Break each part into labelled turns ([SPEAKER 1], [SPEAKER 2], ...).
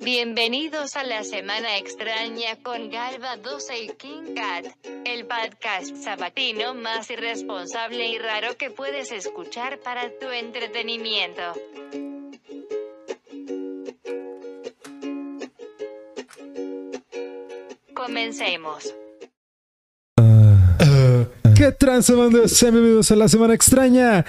[SPEAKER 1] Bienvenidos a la semana extraña con Galba 12 y King Cat, el podcast sabatino más irresponsable y raro que puedes escuchar para tu entretenimiento. Comencemos.
[SPEAKER 2] ¿Qué trance, bandas? Sean bienvenidos a la semana extraña.
[SPEAKER 3] Ah.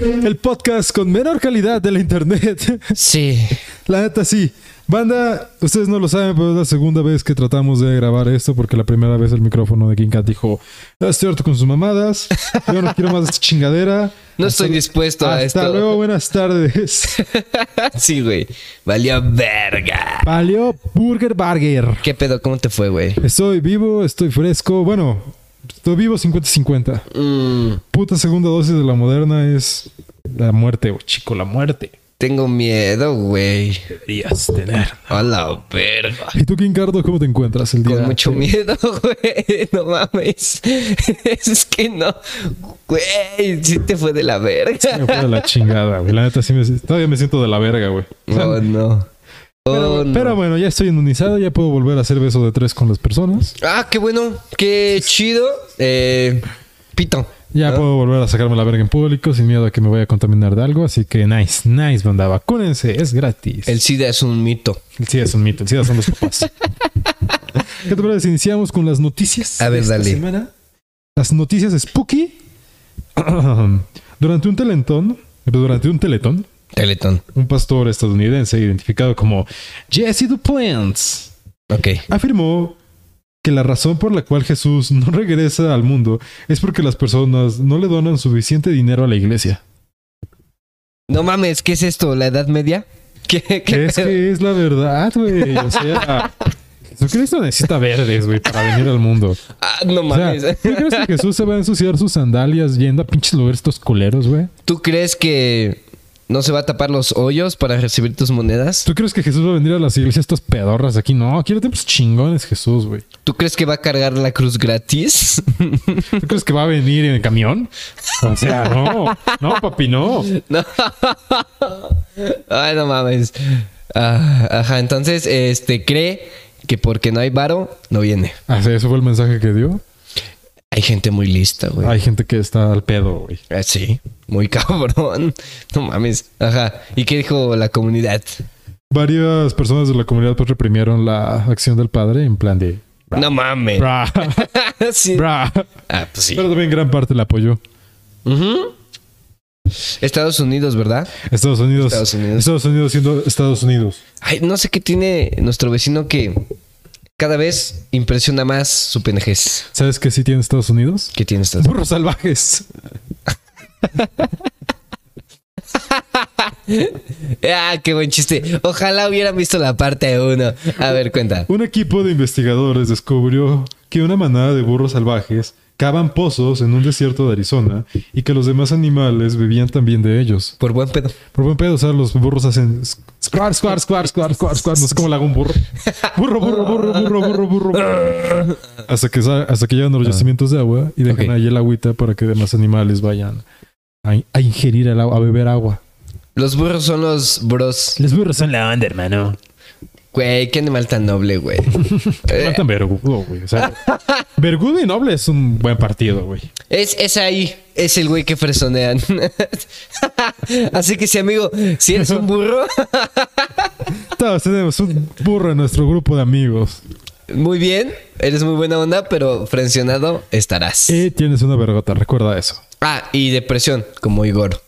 [SPEAKER 2] Uh, El podcast con menor calidad de la internet.
[SPEAKER 3] Sí.
[SPEAKER 2] la neta, sí. Banda, ustedes no lo saben, pero es la segunda vez que tratamos de grabar esto porque la primera vez el micrófono de King Cat dijo: "Ya Estoy harto con sus mamadas. Yo no quiero más de esta chingadera.
[SPEAKER 3] No estoy dispuesto a
[SPEAKER 2] Hasta
[SPEAKER 3] esto.
[SPEAKER 2] luego, buenas tardes.
[SPEAKER 3] sí, güey. Valió verga.
[SPEAKER 2] Palio Burger Burger.
[SPEAKER 3] ¿Qué pedo? ¿Cómo te fue, güey?
[SPEAKER 2] Estoy vivo, estoy fresco. Bueno, estoy vivo 50-50.
[SPEAKER 3] Mm,
[SPEAKER 2] Puta segunda dosis de la moderna es la muerte, oh, chico, la muerte.
[SPEAKER 3] tengo miedo, güey.
[SPEAKER 2] deberías tener.
[SPEAKER 3] A la verga.
[SPEAKER 2] ¿Y tú, Quincardo, cómo te encuentras el día?
[SPEAKER 3] Con mucho miedo, güey. No mames. Es que no. Güey, sí te fue de la verga.
[SPEAKER 2] Me fue de la chingada, güey. La neta, sí me, todavía me siento de la verga, güey. O sea,
[SPEAKER 3] Oh, no.
[SPEAKER 2] pero,
[SPEAKER 3] Oh, no.
[SPEAKER 2] pero bueno, ya estoy inmunizado, ya puedo volver a hacer beso de tres con las personas.
[SPEAKER 3] Ah, qué bueno. Qué chido. Eh, pito.
[SPEAKER 2] Ya puedo volver a sacarme la verga en público sin miedo a que me vaya a contaminar de algo. Así que nice, nice, banda. Vacúnense, es gratis.
[SPEAKER 3] El SIDA es un mito.
[SPEAKER 2] El SIDA es un mito, el SIDA son los papás. ¿Qué te parece? Iniciamos con las noticias.
[SPEAKER 3] A ver,
[SPEAKER 2] de esta
[SPEAKER 3] dale.
[SPEAKER 2] semana. Las noticias spooky. durante un telentón, pues, durante un teletón,
[SPEAKER 3] Teletón.
[SPEAKER 2] un pastor estadounidense identificado como Jesse Plants
[SPEAKER 3] Ok.
[SPEAKER 2] afirmó que la razón por la cual Jesús no regresa al mundo es porque las personas no le donan suficiente dinero a la iglesia.
[SPEAKER 3] No mames, ¿qué es esto? ¿La Edad Media? ¿Qué, qué
[SPEAKER 2] Que es
[SPEAKER 3] pedo?
[SPEAKER 2] que es la verdad, güey. O sea, Jesucristo necesita verdes, güey, para venir al mundo.
[SPEAKER 3] Ah, no
[SPEAKER 2] O sea,
[SPEAKER 3] mames.
[SPEAKER 2] ¿tú crees que Jesús se va a ensuciar sus sandalias yendo a pinches lugares estos culeros, güey?
[SPEAKER 3] ¿Tú crees que no se va a tapar los hoyos para recibir tus monedas?
[SPEAKER 2] ¿Tú crees que Jesús va a venir a las iglesias estas pedorras de aquí? No, quiero tiempos chingones, Jesús, güey.
[SPEAKER 3] ¿Tú crees que va a cargar la cruz gratis?
[SPEAKER 2] ¿Tú crees que va a venir en el camión? O sea, no, no, papi, no.
[SPEAKER 3] no. Ay, no mames. Ah, ajá, entonces, este, cree que porque no hay varo, no viene.
[SPEAKER 2] Ah, sí, Ese fue el mensaje que dio.
[SPEAKER 3] Hay gente muy lista, güey.
[SPEAKER 2] Hay gente que está al pedo, güey.
[SPEAKER 3] Ah, sí, muy cabrón. No mames. Ajá. ¿Y qué dijo la comunidad?
[SPEAKER 2] Varias personas de la comunidad pues reprimieron la acción del padre en plan de...
[SPEAKER 3] No mames.
[SPEAKER 2] Bra,
[SPEAKER 3] Sí.
[SPEAKER 2] bra.
[SPEAKER 3] Ah, pues Eh. sí.
[SPEAKER 2] Pero también gran parte la apoyó.
[SPEAKER 3] Ujú. Estados Unidos, ¿verdad?
[SPEAKER 2] Estados Unidos.
[SPEAKER 3] Estados Unidos.
[SPEAKER 2] Estados Unidos siendo Estados Unidos.
[SPEAKER 3] Ay, no sé qué tiene nuestro vecino que cada vez impresiona más su pendejez
[SPEAKER 2] ¿Sabes qué sí tiene Estados Unidos?
[SPEAKER 3] que tiene estas.
[SPEAKER 2] Burros salvajes.
[SPEAKER 3] Ah, qué buen chiste. Ojalá hubieran visto la parte 1. A ver, cuenta.
[SPEAKER 2] Un equipo de investigadores descubrió que una manada de burros salvajes cavan pozos en un desierto de Arizona y que los demás animales bebían también de ellos.
[SPEAKER 3] Por buen pedo.
[SPEAKER 2] Por buen pedo, o sea, los burros hacen squar, squar, squar, squar, squar, squar. No sé cómo le hago un burro. Burro, burro, burro, burro, burro, burro. burro. Hasta que, sa- hasta que llegan a los yacimientos de agua y dejan
[SPEAKER 3] Ok.
[SPEAKER 2] ahí el agüita para que demás animales vayan a, a ingerir el agua, a beber agua.
[SPEAKER 3] Los burros son los bros.
[SPEAKER 2] Los burros son la onda, hermano.
[SPEAKER 3] Güey, qué animal tan noble, güey.
[SPEAKER 2] No
[SPEAKER 3] Eh,
[SPEAKER 2] tan vergudo, güey. O sea, vergudo y noble es un buen partido, güey.
[SPEAKER 3] es, es ahí. Es el güey que fresonean. Así que sí, amigo, si eres un burro,
[SPEAKER 2] Todos tenemos un burro en nuestro grupo de amigos.
[SPEAKER 3] muy bien. Eres muy buena onda, pero frencionado estarás.
[SPEAKER 2] Y tienes una vergota, recuerda eso.
[SPEAKER 3] Ah, y depresión, como Igor.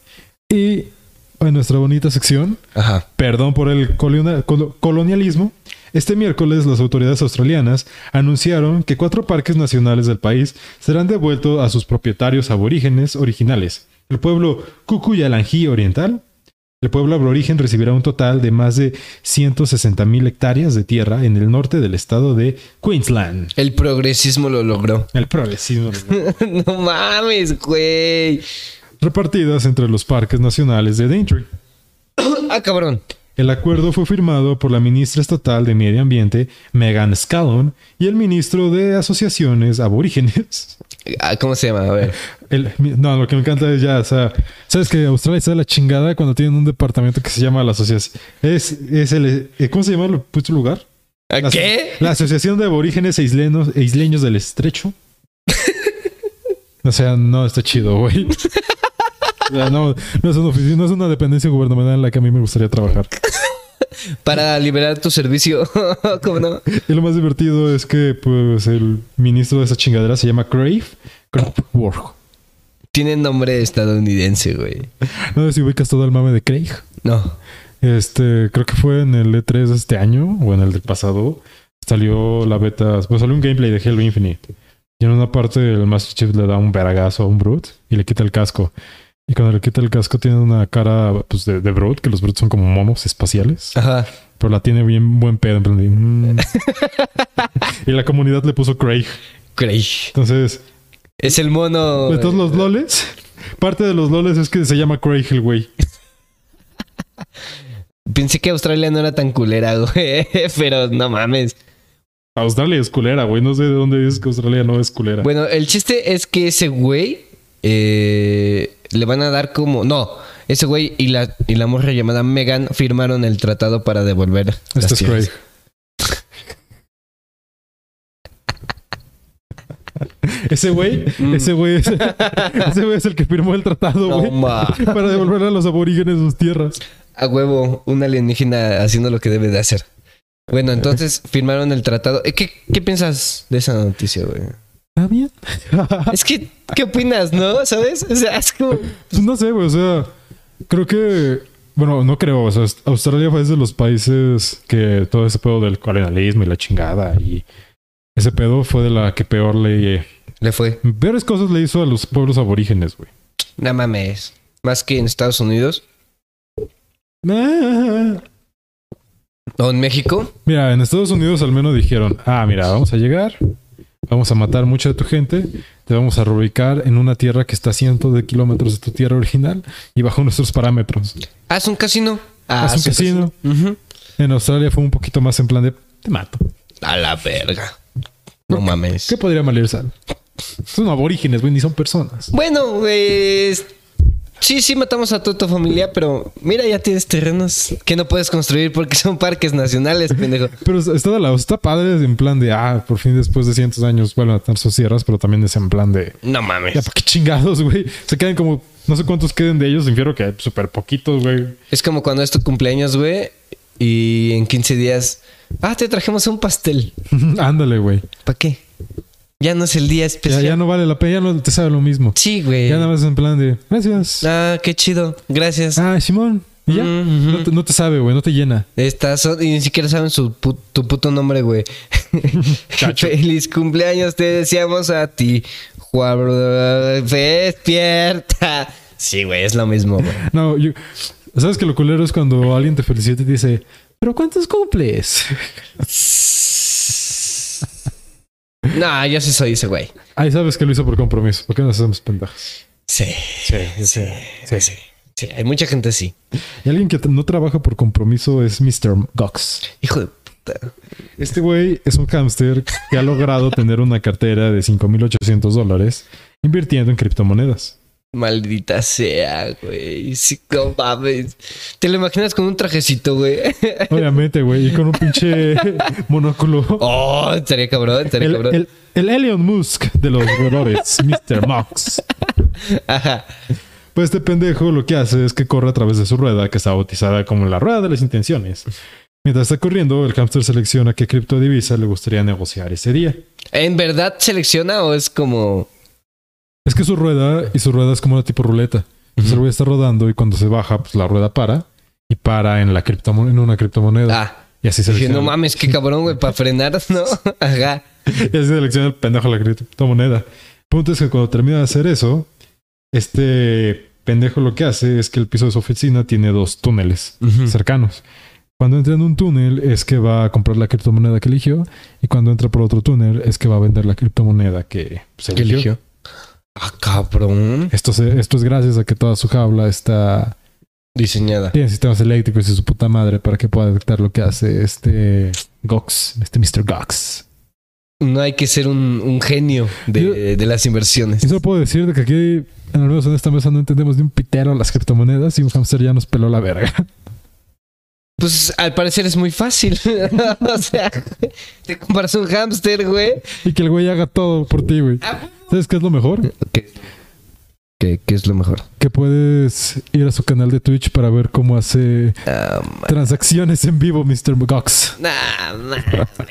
[SPEAKER 2] Y en nuestra bonita sección,
[SPEAKER 3] Ajá.
[SPEAKER 2] perdón por el colona- colo- colonialismo, este miércoles las autoridades australianas anunciaron que cuatro parques nacionales del país serán devueltos a sus propietarios aborígenes originales. El pueblo Cucuyalanjí Oriental, El pueblo aborigen recibirá un total de más de 160.000 hectáreas de tierra en el norte del estado de Queensland.
[SPEAKER 3] El progresismo lo logró.
[SPEAKER 2] El progresismo.
[SPEAKER 3] no mames, güey.
[SPEAKER 2] repartidas entre los parques nacionales de Daintree.
[SPEAKER 3] ah, cabrón.
[SPEAKER 2] El acuerdo fue firmado por la ministra estatal de Medio Ambiente, Megan Scallon, y el ministro de Asociaciones Aborígenes.
[SPEAKER 3] Ah, ¿Cómo se llama? A ver.
[SPEAKER 2] El- no, lo que me encanta es ya, o sea, sabes que Australia está de la chingada cuando tienen un departamento que se llama la asociación. Es, es el, eh, ¿cómo se llama el puesto lugar?
[SPEAKER 3] ¿A
[SPEAKER 2] La-
[SPEAKER 3] qué?
[SPEAKER 2] La Asociación de Aborígenes e Islenos- e Isleños del Estrecho. o sea, no está chido, güey. O sea, No, no es una oficina, no es una dependencia gubernamental en la que a mí me gustaría trabajar.
[SPEAKER 3] Para liberar tu servicio. ¿Cómo no?
[SPEAKER 2] Y lo más divertido es que pues el ministro de esa chingadera se llama Crave Kraftwerk.
[SPEAKER 3] Tiene nombre estadounidense, güey.
[SPEAKER 2] No sé si ubicas todo el mame de Craig.
[SPEAKER 3] No.
[SPEAKER 2] Este, creo que fue en el E3 de este año o en el del pasado. Salió la beta, pues salió un gameplay de Halo Infinite. Y en una parte el Master Chief le da un veragazo a un Brute y le quita el casco. Y cuando le quita el casco tiene una cara pues, de, de Brute, que los Brutes son como monos espaciales.
[SPEAKER 3] Ajá.
[SPEAKER 2] Pero la tiene bien buen pedo. en plan de, mm. y la comunidad le puso Craig.
[SPEAKER 3] Craig.
[SPEAKER 2] Entonces,
[SPEAKER 3] Es el mono.
[SPEAKER 2] pues, todos los loles, parte de los loles es que se llama Craig el güey.
[SPEAKER 3] Pensé que Australia no era tan culera, güey. Pero no mames.
[SPEAKER 2] Australia es culera, güey. No sé de dónde dices que Australia no es culera.
[SPEAKER 3] Bueno, el chiste es que ese güey eh, le van a dar como. No, ese güey y la, y la morra llamada Megan firmaron el tratado para devolver. las
[SPEAKER 2] Este es
[SPEAKER 3] tierras.
[SPEAKER 2] Craig. Ese güey, ese güey es, ese güey es el que firmó el tratado,
[SPEAKER 3] No
[SPEAKER 2] güey.
[SPEAKER 3] ma.
[SPEAKER 2] para devolver a los aborígenes sus tierras.
[SPEAKER 3] A huevo, un alienígena haciendo lo que debe de hacer. Bueno, entonces firmaron el tratado. Eh, ¿Qué, qué piensas de esa noticia, güey?
[SPEAKER 2] ¿Está bien?
[SPEAKER 3] Es que, ¿qué opinas, no? ¿Sabes? O sea, es como.
[SPEAKER 2] Pues no sé, güey. O sea, creo que. Bueno, no creo. O sea, Australia fue de los países que todo ese pedo del colonialismo y la chingada y ese pedo fue de la que peor le.
[SPEAKER 3] Le fue.
[SPEAKER 2] Peores cosas le hizo a los pueblos aborígenes, güey.
[SPEAKER 3] No mames. Más que en Estados Unidos o en México.
[SPEAKER 2] Mira, en Estados Unidos al menos dijeron, ah, mira, vamos a llegar, vamos a matar mucha de tu gente, te vamos a reubicar en una tierra que está a cientos de kilómetros de tu tierra original y bajo nuestros parámetros.
[SPEAKER 3] Ah, es un casino. Ah,
[SPEAKER 2] Haz un
[SPEAKER 3] es un
[SPEAKER 2] casino.
[SPEAKER 3] Ujú.
[SPEAKER 2] En Australia fue un poquito más en plan de, te mato.
[SPEAKER 3] A la verga. No mames.
[SPEAKER 2] ¿Qué podría mal sal? Son aborígenes, güey, ni son personas.
[SPEAKER 3] Bueno, pues. Sí, sí, matamos a toda tu familia, pero mira, ya tienes terrenos que no puedes construir porque son parques nacionales, pendejo.
[SPEAKER 2] Pero está de lado, está padre en plan de, ah, por fin después de cientos de años vuelven a tener sus tierras, pero también es en plan de,
[SPEAKER 3] No
[SPEAKER 2] ya,
[SPEAKER 3] mames.
[SPEAKER 2] ¿para qué chingados, güey? Se quedan como, no sé cuántos queden de ellos, infiero que súper poquitos, güey.
[SPEAKER 3] Es como cuando es tu cumpleaños, güey, y en 15 días. Ah, te trajimos un pastel.
[SPEAKER 2] Ándale, güey.
[SPEAKER 3] ¿Para qué? Ya no es el día
[SPEAKER 2] Ya,
[SPEAKER 3] especial.
[SPEAKER 2] ya no vale la pena, ya no te sabe lo mismo.
[SPEAKER 3] Pues Sí, güey.
[SPEAKER 2] Ya nada más en plan de, gracias.
[SPEAKER 3] Ah, qué chido. Gracias.
[SPEAKER 2] Ah, Simón. Y ya.
[SPEAKER 3] Mm, ujú.
[SPEAKER 2] no, te, no te sabe, güey, no te llena.
[SPEAKER 3] Estas son- y ni siquiera saben su pu- tu puto nombre, güey.
[SPEAKER 2] Chacho.
[SPEAKER 3] Feliz cumpleaños, te deseamos a ti. Juan, despierta. Sí, güey, es lo mismo, güey.
[SPEAKER 2] No, yo- ¿sabes que lo culero es cuando alguien te felicita y te dice, pero ¿cuántos cumples?
[SPEAKER 3] No, yo sí soy ese güey.
[SPEAKER 2] Ahí sabes que lo hizo por compromiso. ¿Por qué no hacemos pendejas?
[SPEAKER 3] Sí. Sí, sí. Sí, sí. hay mucha gente así.
[SPEAKER 2] Y alguien que t- no trabaja por compromiso es Mr. Gox.
[SPEAKER 3] Hijo de puta.
[SPEAKER 2] Este güey es un hámster que ha logrado tener una cartera de 5.800 dólares invirtiendo en criptomonedas.
[SPEAKER 3] Maldita sea, güey. Sí, no mames. ¿Te lo imaginas con un trajecito, güey?
[SPEAKER 2] Obviamente, güey, y con un pinche monóculo.
[SPEAKER 3] Oh, estaría cabrón, estaría
[SPEAKER 2] El,
[SPEAKER 3] cabrón.
[SPEAKER 2] el, el Elon Musk de los dolores, Mr. Mox.
[SPEAKER 3] Ajá.
[SPEAKER 2] Pues este pendejo lo que hace es que corre a través de su rueda, que está bautizada como la rueda de las intenciones. Mientras está corriendo, el hámster selecciona qué criptodivisa le gustaría negociar ese día.
[SPEAKER 3] ¿En verdad selecciona o es como...
[SPEAKER 2] Es que su rueda y su rueda es como una tipo ruleta. Entonces el güey está rodando y cuando se baja, pues la rueda para y para en la criptomoneda, en una criptomoneda.
[SPEAKER 3] Ah,
[SPEAKER 2] y así
[SPEAKER 3] dije,
[SPEAKER 2] selecciona,
[SPEAKER 3] no mames, qué cabrón, güey, para frenar, ¿no? Ajá.
[SPEAKER 2] y así selecciona el pendejo la criptomoneda. El punto es que cuando termina de hacer eso, este pendejo lo que hace es que el piso de su oficina tiene dos túneles.
[SPEAKER 3] Mm.
[SPEAKER 2] cercanos. Cuando entra en un túnel es que va a comprar la criptomoneda que eligió y cuando entra por otro túnel es que va a vender la criptomoneda que se
[SPEAKER 3] ¿Qué
[SPEAKER 2] eligió.
[SPEAKER 3] eligió? Ah, cabrón.
[SPEAKER 2] Esto, se- esto es gracias a que toda su jaula está
[SPEAKER 3] diseñada.
[SPEAKER 2] Tiene sistemas eléctricos y su puta madre para que pueda detectar lo que hace este Gox, este Mr. Gox.
[SPEAKER 3] No hay que ser un, un genio de,
[SPEAKER 2] Yo-
[SPEAKER 3] de las inversiones.
[SPEAKER 2] Y solo puedo decir de que aquí, en al menos en esta mesa, no entendemos de un pitero las criptomonedas y un hamster ya nos peló la verga.
[SPEAKER 3] Pues al parecer es muy fácil. o sea, te compras un hámster, güey.
[SPEAKER 2] Y que el güey haga todo por ti, güey. ¿Sabes qué es lo mejor?
[SPEAKER 3] ¿Qué, qué, qué es lo mejor?
[SPEAKER 2] Que puedes ir a su canal de Twitch para ver cómo hace
[SPEAKER 3] Ah,
[SPEAKER 2] transacciones en vivo, Mr. Gox.
[SPEAKER 3] nah, nah, güey.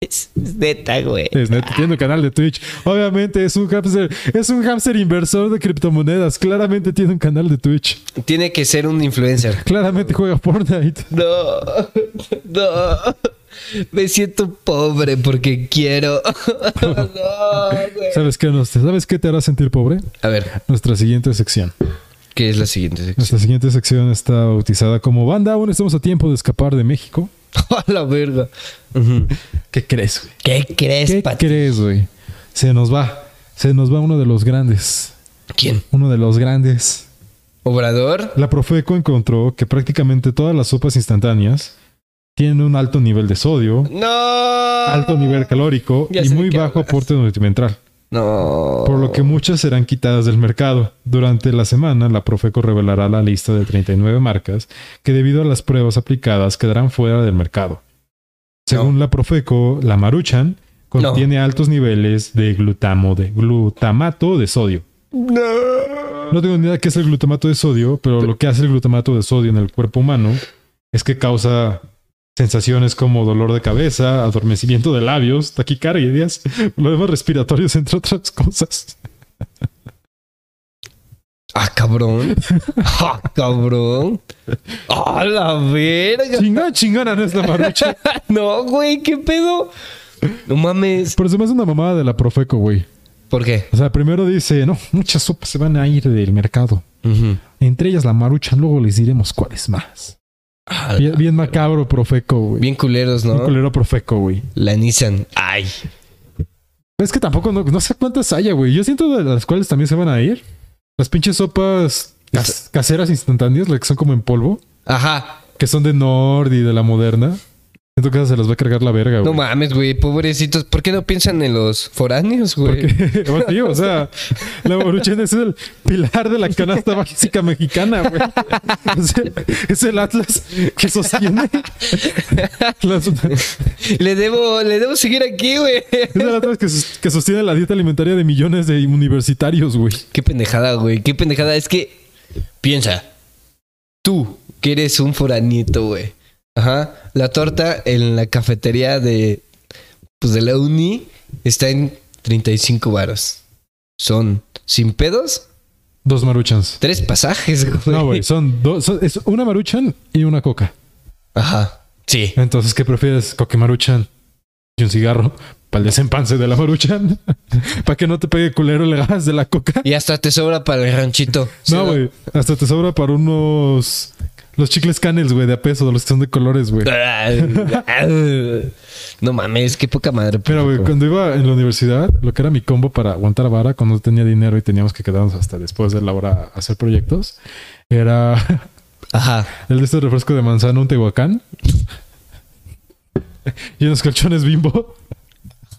[SPEAKER 3] es, es neta, güey.
[SPEAKER 2] Es neta, tiene un canal de Twitch. Obviamente es un hamster, es un hamster inversor de criptomonedas. Claramente tiene un canal de Twitch.
[SPEAKER 3] Tiene que ser un influencer.
[SPEAKER 2] Claramente juega Fortnite.
[SPEAKER 3] No, no. Me siento pobre porque quiero. no, güey.
[SPEAKER 2] ¿Sabes qué, nos, ¿Sabes qué te hará sentir pobre?
[SPEAKER 3] A ver,
[SPEAKER 2] Nuestra siguiente sección.
[SPEAKER 3] ¿qué es la siguiente sección?
[SPEAKER 2] Nuestra siguiente sección está bautizada como Banda. Aún estamos a tiempo de escapar de México.
[SPEAKER 3] A la verga. Ujú.
[SPEAKER 2] ¿Qué crees, güey?
[SPEAKER 3] ¿Qué crees,
[SPEAKER 2] ¿Qué
[SPEAKER 3] Pat?
[SPEAKER 2] crees, güey? Se nos va. Se nos va uno de los grandes.
[SPEAKER 3] ¿Quién?
[SPEAKER 2] Uno de los grandes.
[SPEAKER 3] ¿Obrador?
[SPEAKER 2] La Profeco encontró que prácticamente todas las sopas instantáneas tienen un alto nivel de sodio,
[SPEAKER 3] No.
[SPEAKER 2] alto nivel calórico
[SPEAKER 3] Ya
[SPEAKER 2] y
[SPEAKER 3] sé de
[SPEAKER 2] muy
[SPEAKER 3] qué
[SPEAKER 2] bajo
[SPEAKER 3] hablas.
[SPEAKER 2] aporte nutrimental,
[SPEAKER 3] No.
[SPEAKER 2] por lo que muchas serán quitadas del mercado. Durante la semana, la Profeco revelará la lista de 39 marcas que debido a las pruebas aplicadas quedarán fuera del mercado. Según la Profeco, la Maruchan contiene altos niveles de glutamo de glutamato de sodio.
[SPEAKER 3] No.
[SPEAKER 2] No tengo ni idea qué es el glutamato de sodio, pero lo que hace el glutamato de sodio en el cuerpo humano es que causa sensaciones como dolor de cabeza, adormecimiento de labios, taquicardias, problemas respiratorios, entre otras cosas.
[SPEAKER 3] Ah, cabrón. Ah, cabrón. A la verga.
[SPEAKER 2] Chingona, chingona no es la marucha.
[SPEAKER 3] No, güey, qué pedo. No mames.
[SPEAKER 2] Pero se me hace una mamada de la Profeco, güey.
[SPEAKER 3] ¿Por qué?
[SPEAKER 2] O sea, primero dice, no, muchas sopas se van a ir del mercado.
[SPEAKER 3] Ujú.
[SPEAKER 2] Entre ellas la marucha, luego les diremos cuáles más.
[SPEAKER 3] Ah, la-
[SPEAKER 2] Bien, bien macabro, Profeco, güey.
[SPEAKER 3] Bien culeros,
[SPEAKER 2] Un
[SPEAKER 3] ¿no?
[SPEAKER 2] culero Profeco, güey.
[SPEAKER 3] La Nissan. Ay.
[SPEAKER 2] Es que tampoco, no, no sé cuántas haya, güey. Yo siento de las cuales también se van a ir. Las pinches sopas cas- caseras instantáneas, las que son como en polvo,
[SPEAKER 3] Ajá.
[SPEAKER 2] que son de Nord y de la moderna. Siento que esas se las va a cargar la verga,
[SPEAKER 3] No
[SPEAKER 2] güey.
[SPEAKER 3] mames, güey. Pobrecitos. ¿Por qué no piensan en los foráneos, güey?
[SPEAKER 2] Porque, bueno, tío, o sea, la Maruchan es el pilar de la canasta básica mexicana, güey. Es el, es el Atlas que sostiene. las- es
[SPEAKER 3] Le debo, le debo seguir aquí, güey.
[SPEAKER 2] el Atlas que, sus- que sostiene la dieta alimentaria de millones de universitarios, güey.
[SPEAKER 3] Qué pendejada, güey. Qué pendejada. Es que piensa. Tú, que eres un foranito, güey. Ajá. La torta en la cafetería de pues de la uni está en 35 varos. Son sin pedos,
[SPEAKER 2] Dos Maruchans.
[SPEAKER 3] tres pasajes, güey.
[SPEAKER 2] No, güey, son dos. son- es una maruchan y una coca.
[SPEAKER 3] Ajá. Sí.
[SPEAKER 2] Entonces, ¿qué prefieres? Coque maruchan y un cigarro para el desempance de la maruchan. para que no te pegue culero el gas de la coca.
[SPEAKER 3] Y hasta te sobra para el ranchito.
[SPEAKER 2] No, güey. Hasta te sobra para unos. Los chicles canels, güey, de a peso, los que son de colores, güey.
[SPEAKER 3] No mames, qué poca madre. pues.
[SPEAKER 2] Pero, güey,
[SPEAKER 3] puto.
[SPEAKER 2] cuando iba en la universidad, lo que era mi combo para aguantar vara, cuando no tenía dinero y teníamos que quedarnos hasta después de la hora a hacer proyectos, era
[SPEAKER 3] Ajá.
[SPEAKER 2] el de este refresco de manzana, un Tehuacán. y unos colchones bimbo.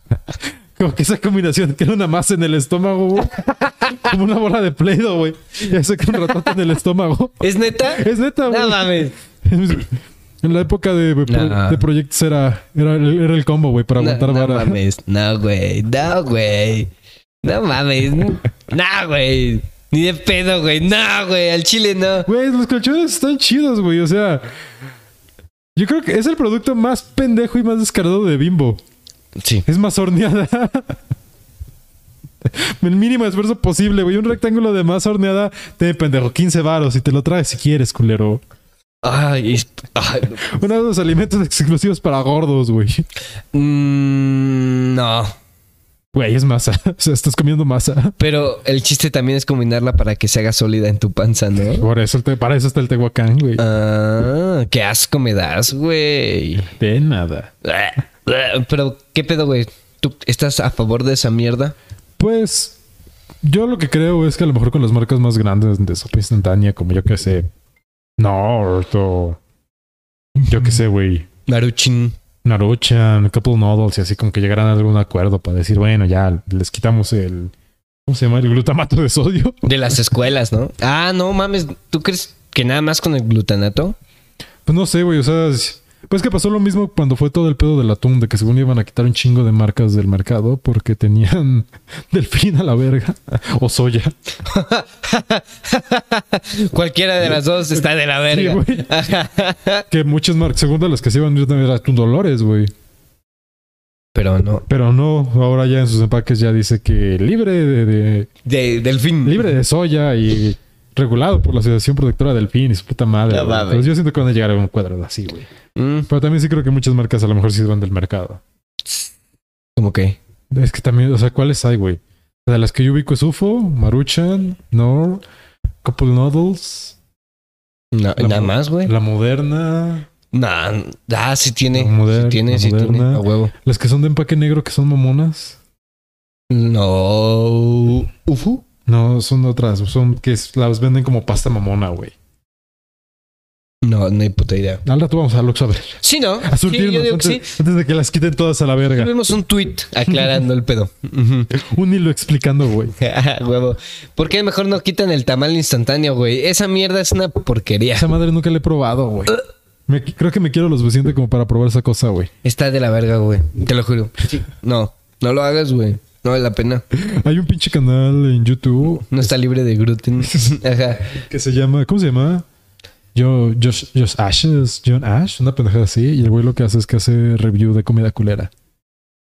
[SPEAKER 2] Como que esa combinación que era una masa en el estómago, güey. Como una bola de pleido, güey. Y ese con ratata en el estómago.
[SPEAKER 3] ¿Es neta?
[SPEAKER 2] Es neta, güey.
[SPEAKER 3] No mames.
[SPEAKER 2] En la época de, de pro-
[SPEAKER 3] Nah.
[SPEAKER 2] de proyectos era, era, el- era el combo, güey, para
[SPEAKER 3] No,
[SPEAKER 2] aguantar
[SPEAKER 3] no
[SPEAKER 2] vara.
[SPEAKER 3] mames, no, güey, no, güey. No mames, no, güey. Ni de pedo, güey, no, güey, al chile no.
[SPEAKER 2] Güey, los colchones están chidos, güey. O sea, yo creo que es el producto más pendejo y más descarado de Bimbo.
[SPEAKER 3] Sí.
[SPEAKER 2] Es más horneada. El mínimo esfuerzo posible, güey. Un rectángulo de masa horneada te pendejo 15 varos y te lo traes si quieres, culero.
[SPEAKER 3] Ay, es- ay, no.
[SPEAKER 2] Uno de los alimentos exclusivos para gordos, güey.
[SPEAKER 3] Mm, no.
[SPEAKER 2] Güey, es masa. O sea, estás comiendo masa.
[SPEAKER 3] Pero el chiste también es combinarla para que se haga sólida en tu panza, ¿no?
[SPEAKER 2] Por eso, el te- para eso está el Tehuacán, güey.
[SPEAKER 3] Ah, qué asco me das, güey.
[SPEAKER 2] De nada.
[SPEAKER 3] Pero, ¿qué pedo, güey? ¿Tú estás a favor de esa mierda?
[SPEAKER 2] Pues yo lo que creo es que a lo mejor con las marcas más grandes de sopa instantánea, como yo que sé, No, Orto. Yo qué sé, güey.
[SPEAKER 3] Maruchin.
[SPEAKER 2] Naruchan, Couple Noodles y así como que llegaran a algún acuerdo para decir, bueno, ya les quitamos el. ¿Cómo se llama? El glutamato de sodio.
[SPEAKER 3] De las escuelas, ¿no? Ah, no mames. ¿Tú crees que nada más con el glutanato?
[SPEAKER 2] Pues no sé, güey. O sea, es- pues que pasó lo mismo cuando fue todo el pedo del atún, de que según iban a quitar un chingo de marcas del mercado porque tenían delfín a la verga o soya.
[SPEAKER 3] Cualquiera de las dos está de la verga.
[SPEAKER 2] güey. Que muchas marcas, según de las que se iban a ir también era atún Dolores, güey.
[SPEAKER 3] Pero no.
[SPEAKER 2] Pero no, ahora ya en sus empaques ya dice que libre de, de-
[SPEAKER 3] De, delfín.
[SPEAKER 2] libre de soya y regulado por la Asociación Protectora del Delfín y su puta madre.
[SPEAKER 3] No
[SPEAKER 2] güey.
[SPEAKER 3] mames.
[SPEAKER 2] Entonces yo siento que van a llegar a un cuadrado así, güey.
[SPEAKER 3] Mm,
[SPEAKER 2] Pero también sí creo que muchas marcas a lo mejor sí van del mercado.
[SPEAKER 3] ¿Cómo que?
[SPEAKER 2] Es que también, o sea, ¿cuáles hay, güey? De las que yo ubico es UFO, Maruchan, Nor, Couple Noodles,
[SPEAKER 3] No,
[SPEAKER 2] La
[SPEAKER 3] nada
[SPEAKER 2] mo-
[SPEAKER 3] más, güey.
[SPEAKER 2] La Moderna,
[SPEAKER 3] Nah, ah, sí tiene.
[SPEAKER 2] La moderna,
[SPEAKER 3] sí tiene, sí
[SPEAKER 2] la
[SPEAKER 3] tiene.
[SPEAKER 2] moderna.
[SPEAKER 3] A huevo.
[SPEAKER 2] las que son de empaque negro que son mamonas.
[SPEAKER 3] No. ¿Ufu?
[SPEAKER 2] No, son otras, son que es- las venden como pasta mamona, güey.
[SPEAKER 3] No, no hay puta idea.
[SPEAKER 2] Al rato vamos a Lux a ver.
[SPEAKER 3] Sí, ¿no?
[SPEAKER 2] A
[SPEAKER 3] Sí,
[SPEAKER 2] surtirnos
[SPEAKER 3] yo digo que
[SPEAKER 2] antes,
[SPEAKER 3] sí.
[SPEAKER 2] antes de que las quiten todas a la verga.
[SPEAKER 3] Tuvimos un tweet aclarando el pedo. Ujú.
[SPEAKER 2] Un hilo explicando, güey.
[SPEAKER 3] Huevo. ¿Por qué mejor no quitan el tamal instantáneo, güey? Esa mierda es una porquería.
[SPEAKER 2] Esa madre nunca la he probado, güey. Me- creo que me quiero lo suficiente como para probar esa cosa, güey.
[SPEAKER 3] Está de la verga, güey. Te lo juro. No, no lo hagas, güey. No vale la pena.
[SPEAKER 2] Hay un pinche canal en YouTube
[SPEAKER 3] No está libre de gluten. Ajá.
[SPEAKER 2] que se llama, ¿cómo se llama? Yo, Josh, Josh Ashes, John Ash, una pendejada así. Y el güey lo que hace es que hace review de comida culera.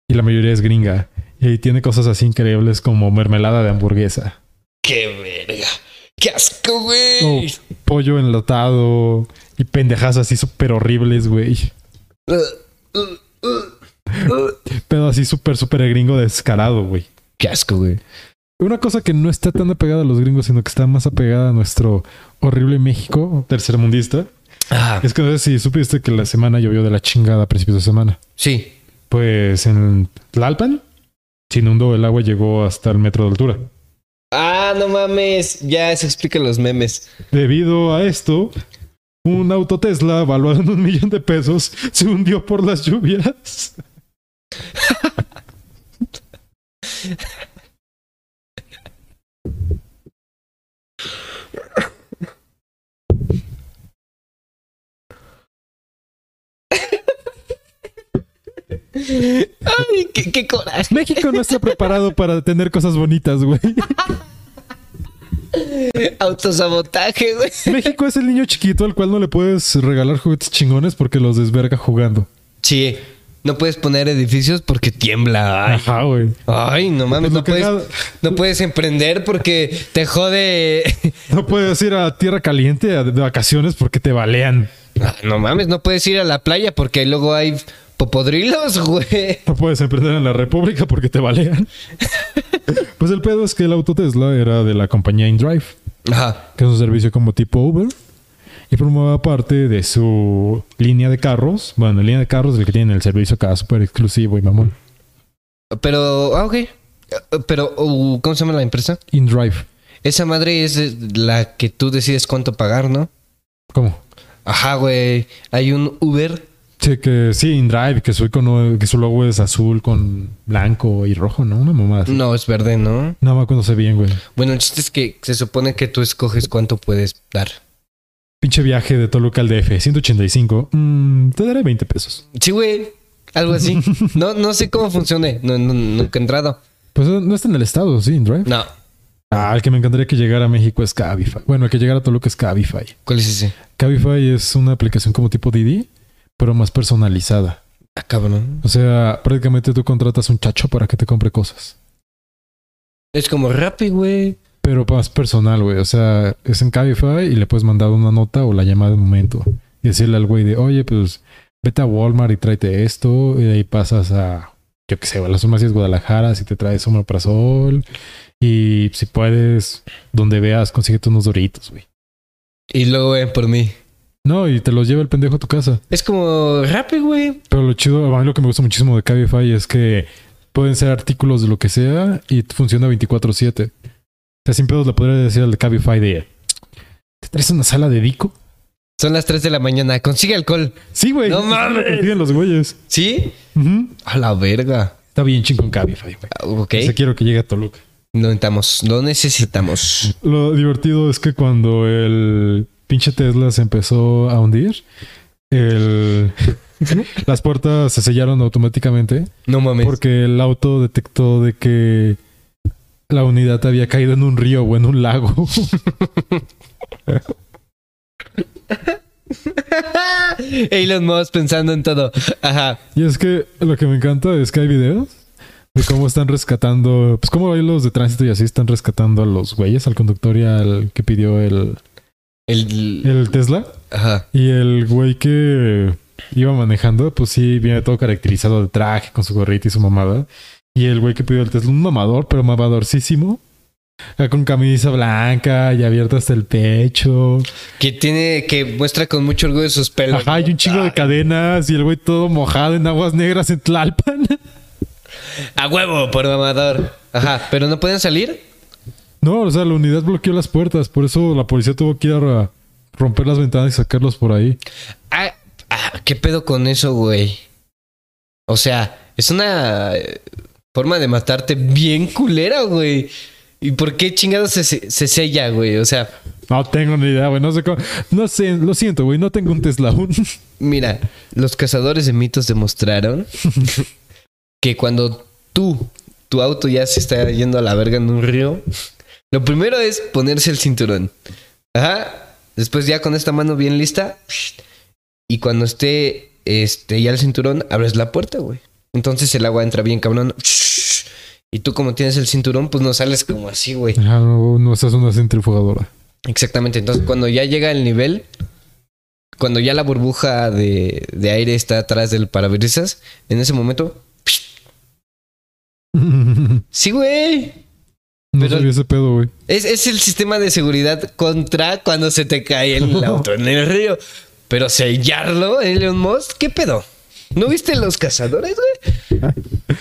[SPEAKER 2] Y la mayoría es gringa. Y ahí tiene cosas así increíbles como mermelada de hamburguesa.
[SPEAKER 3] ¡Qué verga! ¡Qué asco, güey!
[SPEAKER 2] O pollo enlatado. Y pendejadas así súper horribles, güey.
[SPEAKER 3] Uh, uh, uh, uh.
[SPEAKER 2] Pero así súper, súper gringo descarado, güey.
[SPEAKER 3] ¡Qué asco, güey!
[SPEAKER 2] Una cosa que no está tan apegada a los gringos, sino que está más apegada a nuestro horrible México tercermundista.
[SPEAKER 3] Ah,
[SPEAKER 2] Es que no sé si supiste que la semana llovió de la chingada a principios de semana.
[SPEAKER 3] sí.
[SPEAKER 2] Pues en Tlalpan se inundó, el agua llegó hasta el metro de altura.
[SPEAKER 3] Ah, no mames. Ya se explican los memes.
[SPEAKER 2] Debido a esto, un auto Tesla valuado en un millón de pesos se hundió por las lluvias.
[SPEAKER 3] ¡Ay, qué, qué coraje!
[SPEAKER 2] México no está preparado para tener cosas bonitas, güey.
[SPEAKER 3] Autosabotaje, güey.
[SPEAKER 2] México es el niño chiquito al cual no le puedes regalar juguetes chingones porque los desverga jugando.
[SPEAKER 3] Sí. No puedes poner edificios porque tiembla. Ay,
[SPEAKER 2] Ajá, güey.
[SPEAKER 3] Ay, no mames.
[SPEAKER 2] Pues lo
[SPEAKER 3] No puedes,
[SPEAKER 2] cagado-
[SPEAKER 3] no puedes emprender porque te jode.
[SPEAKER 2] No puedes ir a tierra caliente a- de vacaciones porque te balean.
[SPEAKER 3] Ah, No mames, no puedes ir a la playa porque luego hay popodrilos, güey.
[SPEAKER 2] No puedes emprender en la República porque te balean. pues el pedo es que el auto Tesla era de la compañía InDrive,
[SPEAKER 3] Ajá.
[SPEAKER 2] que es un servicio como tipo Uber. Y formaba parte de su línea de carros. Bueno, la línea de carros es el que tiene el servicio acá súper exclusivo y mamón.
[SPEAKER 3] Pero, ah, ok. Pero, uh, ¿cómo se llama la empresa?
[SPEAKER 2] InDrive.
[SPEAKER 3] Esa madre es la que tú decides cuánto pagar, ¿no?
[SPEAKER 2] ¿Cómo?
[SPEAKER 3] Ajá, güey. Hay un Uber.
[SPEAKER 2] Sí, que sí, InDrive, que su, icono, que su logo es azul con blanco y rojo, ¿no? Una mamada. así.
[SPEAKER 3] No, es verde, ¿no?
[SPEAKER 2] Nada más cuando se bien, güey.
[SPEAKER 3] Bueno, el chiste es que se supone que tú escoges cuánto puedes dar.
[SPEAKER 2] Pinche viaje de Toluca al DF, 185. Mm, te daré 20 pesos.
[SPEAKER 3] Sí, güey. Algo así. No, no sé cómo funcione. No, no- nunca he entrado.
[SPEAKER 2] Pues eh, no está en el estado, sí, InDrive.
[SPEAKER 3] No.
[SPEAKER 2] Ah, el que me encantaría que llegara a México es Cabify. Bueno, el que llegara a Toluca es Cabify.
[SPEAKER 3] ¿Cuál es ese?
[SPEAKER 2] Cabify es una aplicación como tipo Didi, pero más personalizada.
[SPEAKER 3] Ah, cabrón.
[SPEAKER 2] O sea, prácticamente tú contratas un chacho para que te compre cosas.
[SPEAKER 3] Es como Rappi, güey.
[SPEAKER 2] Pero más personal, güey. O sea, es en Cabify y le puedes mandar una nota o la llamada de momento. Y decirle al güey de, oye, pues vete a Walmart y tráete esto. Y de ahí pasas a, yo qué sé, a las farmacias Guadalajara si te traes sol Y si puedes, donde veas, consíguete unos doritos, güey.
[SPEAKER 3] Y luego ven por mí.
[SPEAKER 2] No, y te los lleva el pendejo a tu casa.
[SPEAKER 3] Es como Rappi, güey.
[SPEAKER 2] Pero lo chido, a mí lo que me gusta muchísimo de Cabify es que pueden ser artículos de lo que sea y funciona 24-7. O sea, sin pedos le podría decir al de Cabify de... ¿Te traes una sala de Dico?
[SPEAKER 3] Son las 3 de la mañana. Consigue alcohol.
[SPEAKER 2] Sí, güey.
[SPEAKER 3] No
[SPEAKER 2] Es lo que
[SPEAKER 3] mames.
[SPEAKER 2] consiguen los güeyes.
[SPEAKER 3] ¿Sí?
[SPEAKER 2] Ujú.
[SPEAKER 3] A la verga.
[SPEAKER 2] Está bien chingón Cabify, güey.
[SPEAKER 3] Ah, Ok.
[SPEAKER 2] O sea, quiero que llegue a Toluca.
[SPEAKER 3] No necesitamos. No necesitamos.
[SPEAKER 2] Lo divertido es que cuando el pinche Tesla se empezó a hundir, el- las puertas se sellaron automáticamente
[SPEAKER 3] No mames.
[SPEAKER 2] porque el auto detectó de que la unidad había caído en un río o en un lago.
[SPEAKER 3] Elon Musk pensando en todo. Ajá.
[SPEAKER 2] Y es que lo que me encanta es que hay videos de cómo están rescatando, pues cómo hay los de tránsito y así están rescatando a los güeyes, al conductor y al que pidió el,
[SPEAKER 3] El.
[SPEAKER 2] el Tesla.
[SPEAKER 3] Ajá.
[SPEAKER 2] Y el güey que iba manejando, pues sí, viene todo caracterizado de traje, con su gorrita y su mamada. Y el güey que pidió el Tesla, un mamador, pero mamadorcísimo. Acá Con camisa blanca y abierta hasta el pecho.
[SPEAKER 3] Que tiene. Que muestra con mucho orgullo sus pelos.
[SPEAKER 2] Ajá, y un chingo de
[SPEAKER 3] Ah,
[SPEAKER 2] cadenas y el güey todo mojado en aguas negras en Tlalpan.
[SPEAKER 3] A huevo, por mamador. Ajá. Pero no pueden salir.
[SPEAKER 2] No, o sea, la unidad bloqueó las puertas, por eso la policía tuvo que ir a romper las ventanas y sacarlos por ahí.
[SPEAKER 3] Ah, ah, ¿Qué pedo con eso, güey? O sea, es una eh, forma de matarte bien culera, güey. ¿Y por qué chingados se, se se sella, güey? O sea,
[SPEAKER 2] No tengo ni idea, güey, no sé cómo. No sé, lo siento, güey, no tengo un Tesla aún.
[SPEAKER 3] mira, los cazadores de mitos demostraron que cuando tú, tu auto ya se está yendo a la verga en un río, lo primero es ponerse el cinturón. Ajá. Después ya con esta mano bien lista. Y cuando esté este, ya el cinturón, abres la puerta, güey. Entonces el agua entra bien cabrón. Y tú como tienes el cinturón, pues no sales como así, güey.
[SPEAKER 2] Ajá, no, no seas una centrifugadora.
[SPEAKER 3] Exactamente. Entonces cuando ya llega el nivel, cuando ya la burbuja de, de aire está atrás del parabrisas, en ese momento...
[SPEAKER 2] No
[SPEAKER 3] Sí, güey. Pero-
[SPEAKER 2] sabía ese pedo, güey.
[SPEAKER 3] Es, es el sistema de seguridad contra cuando se te cae el auto en el río. Pero sellarlo, Elon Musk, ¿qué pedo? ¿No viste los cazadores, güey?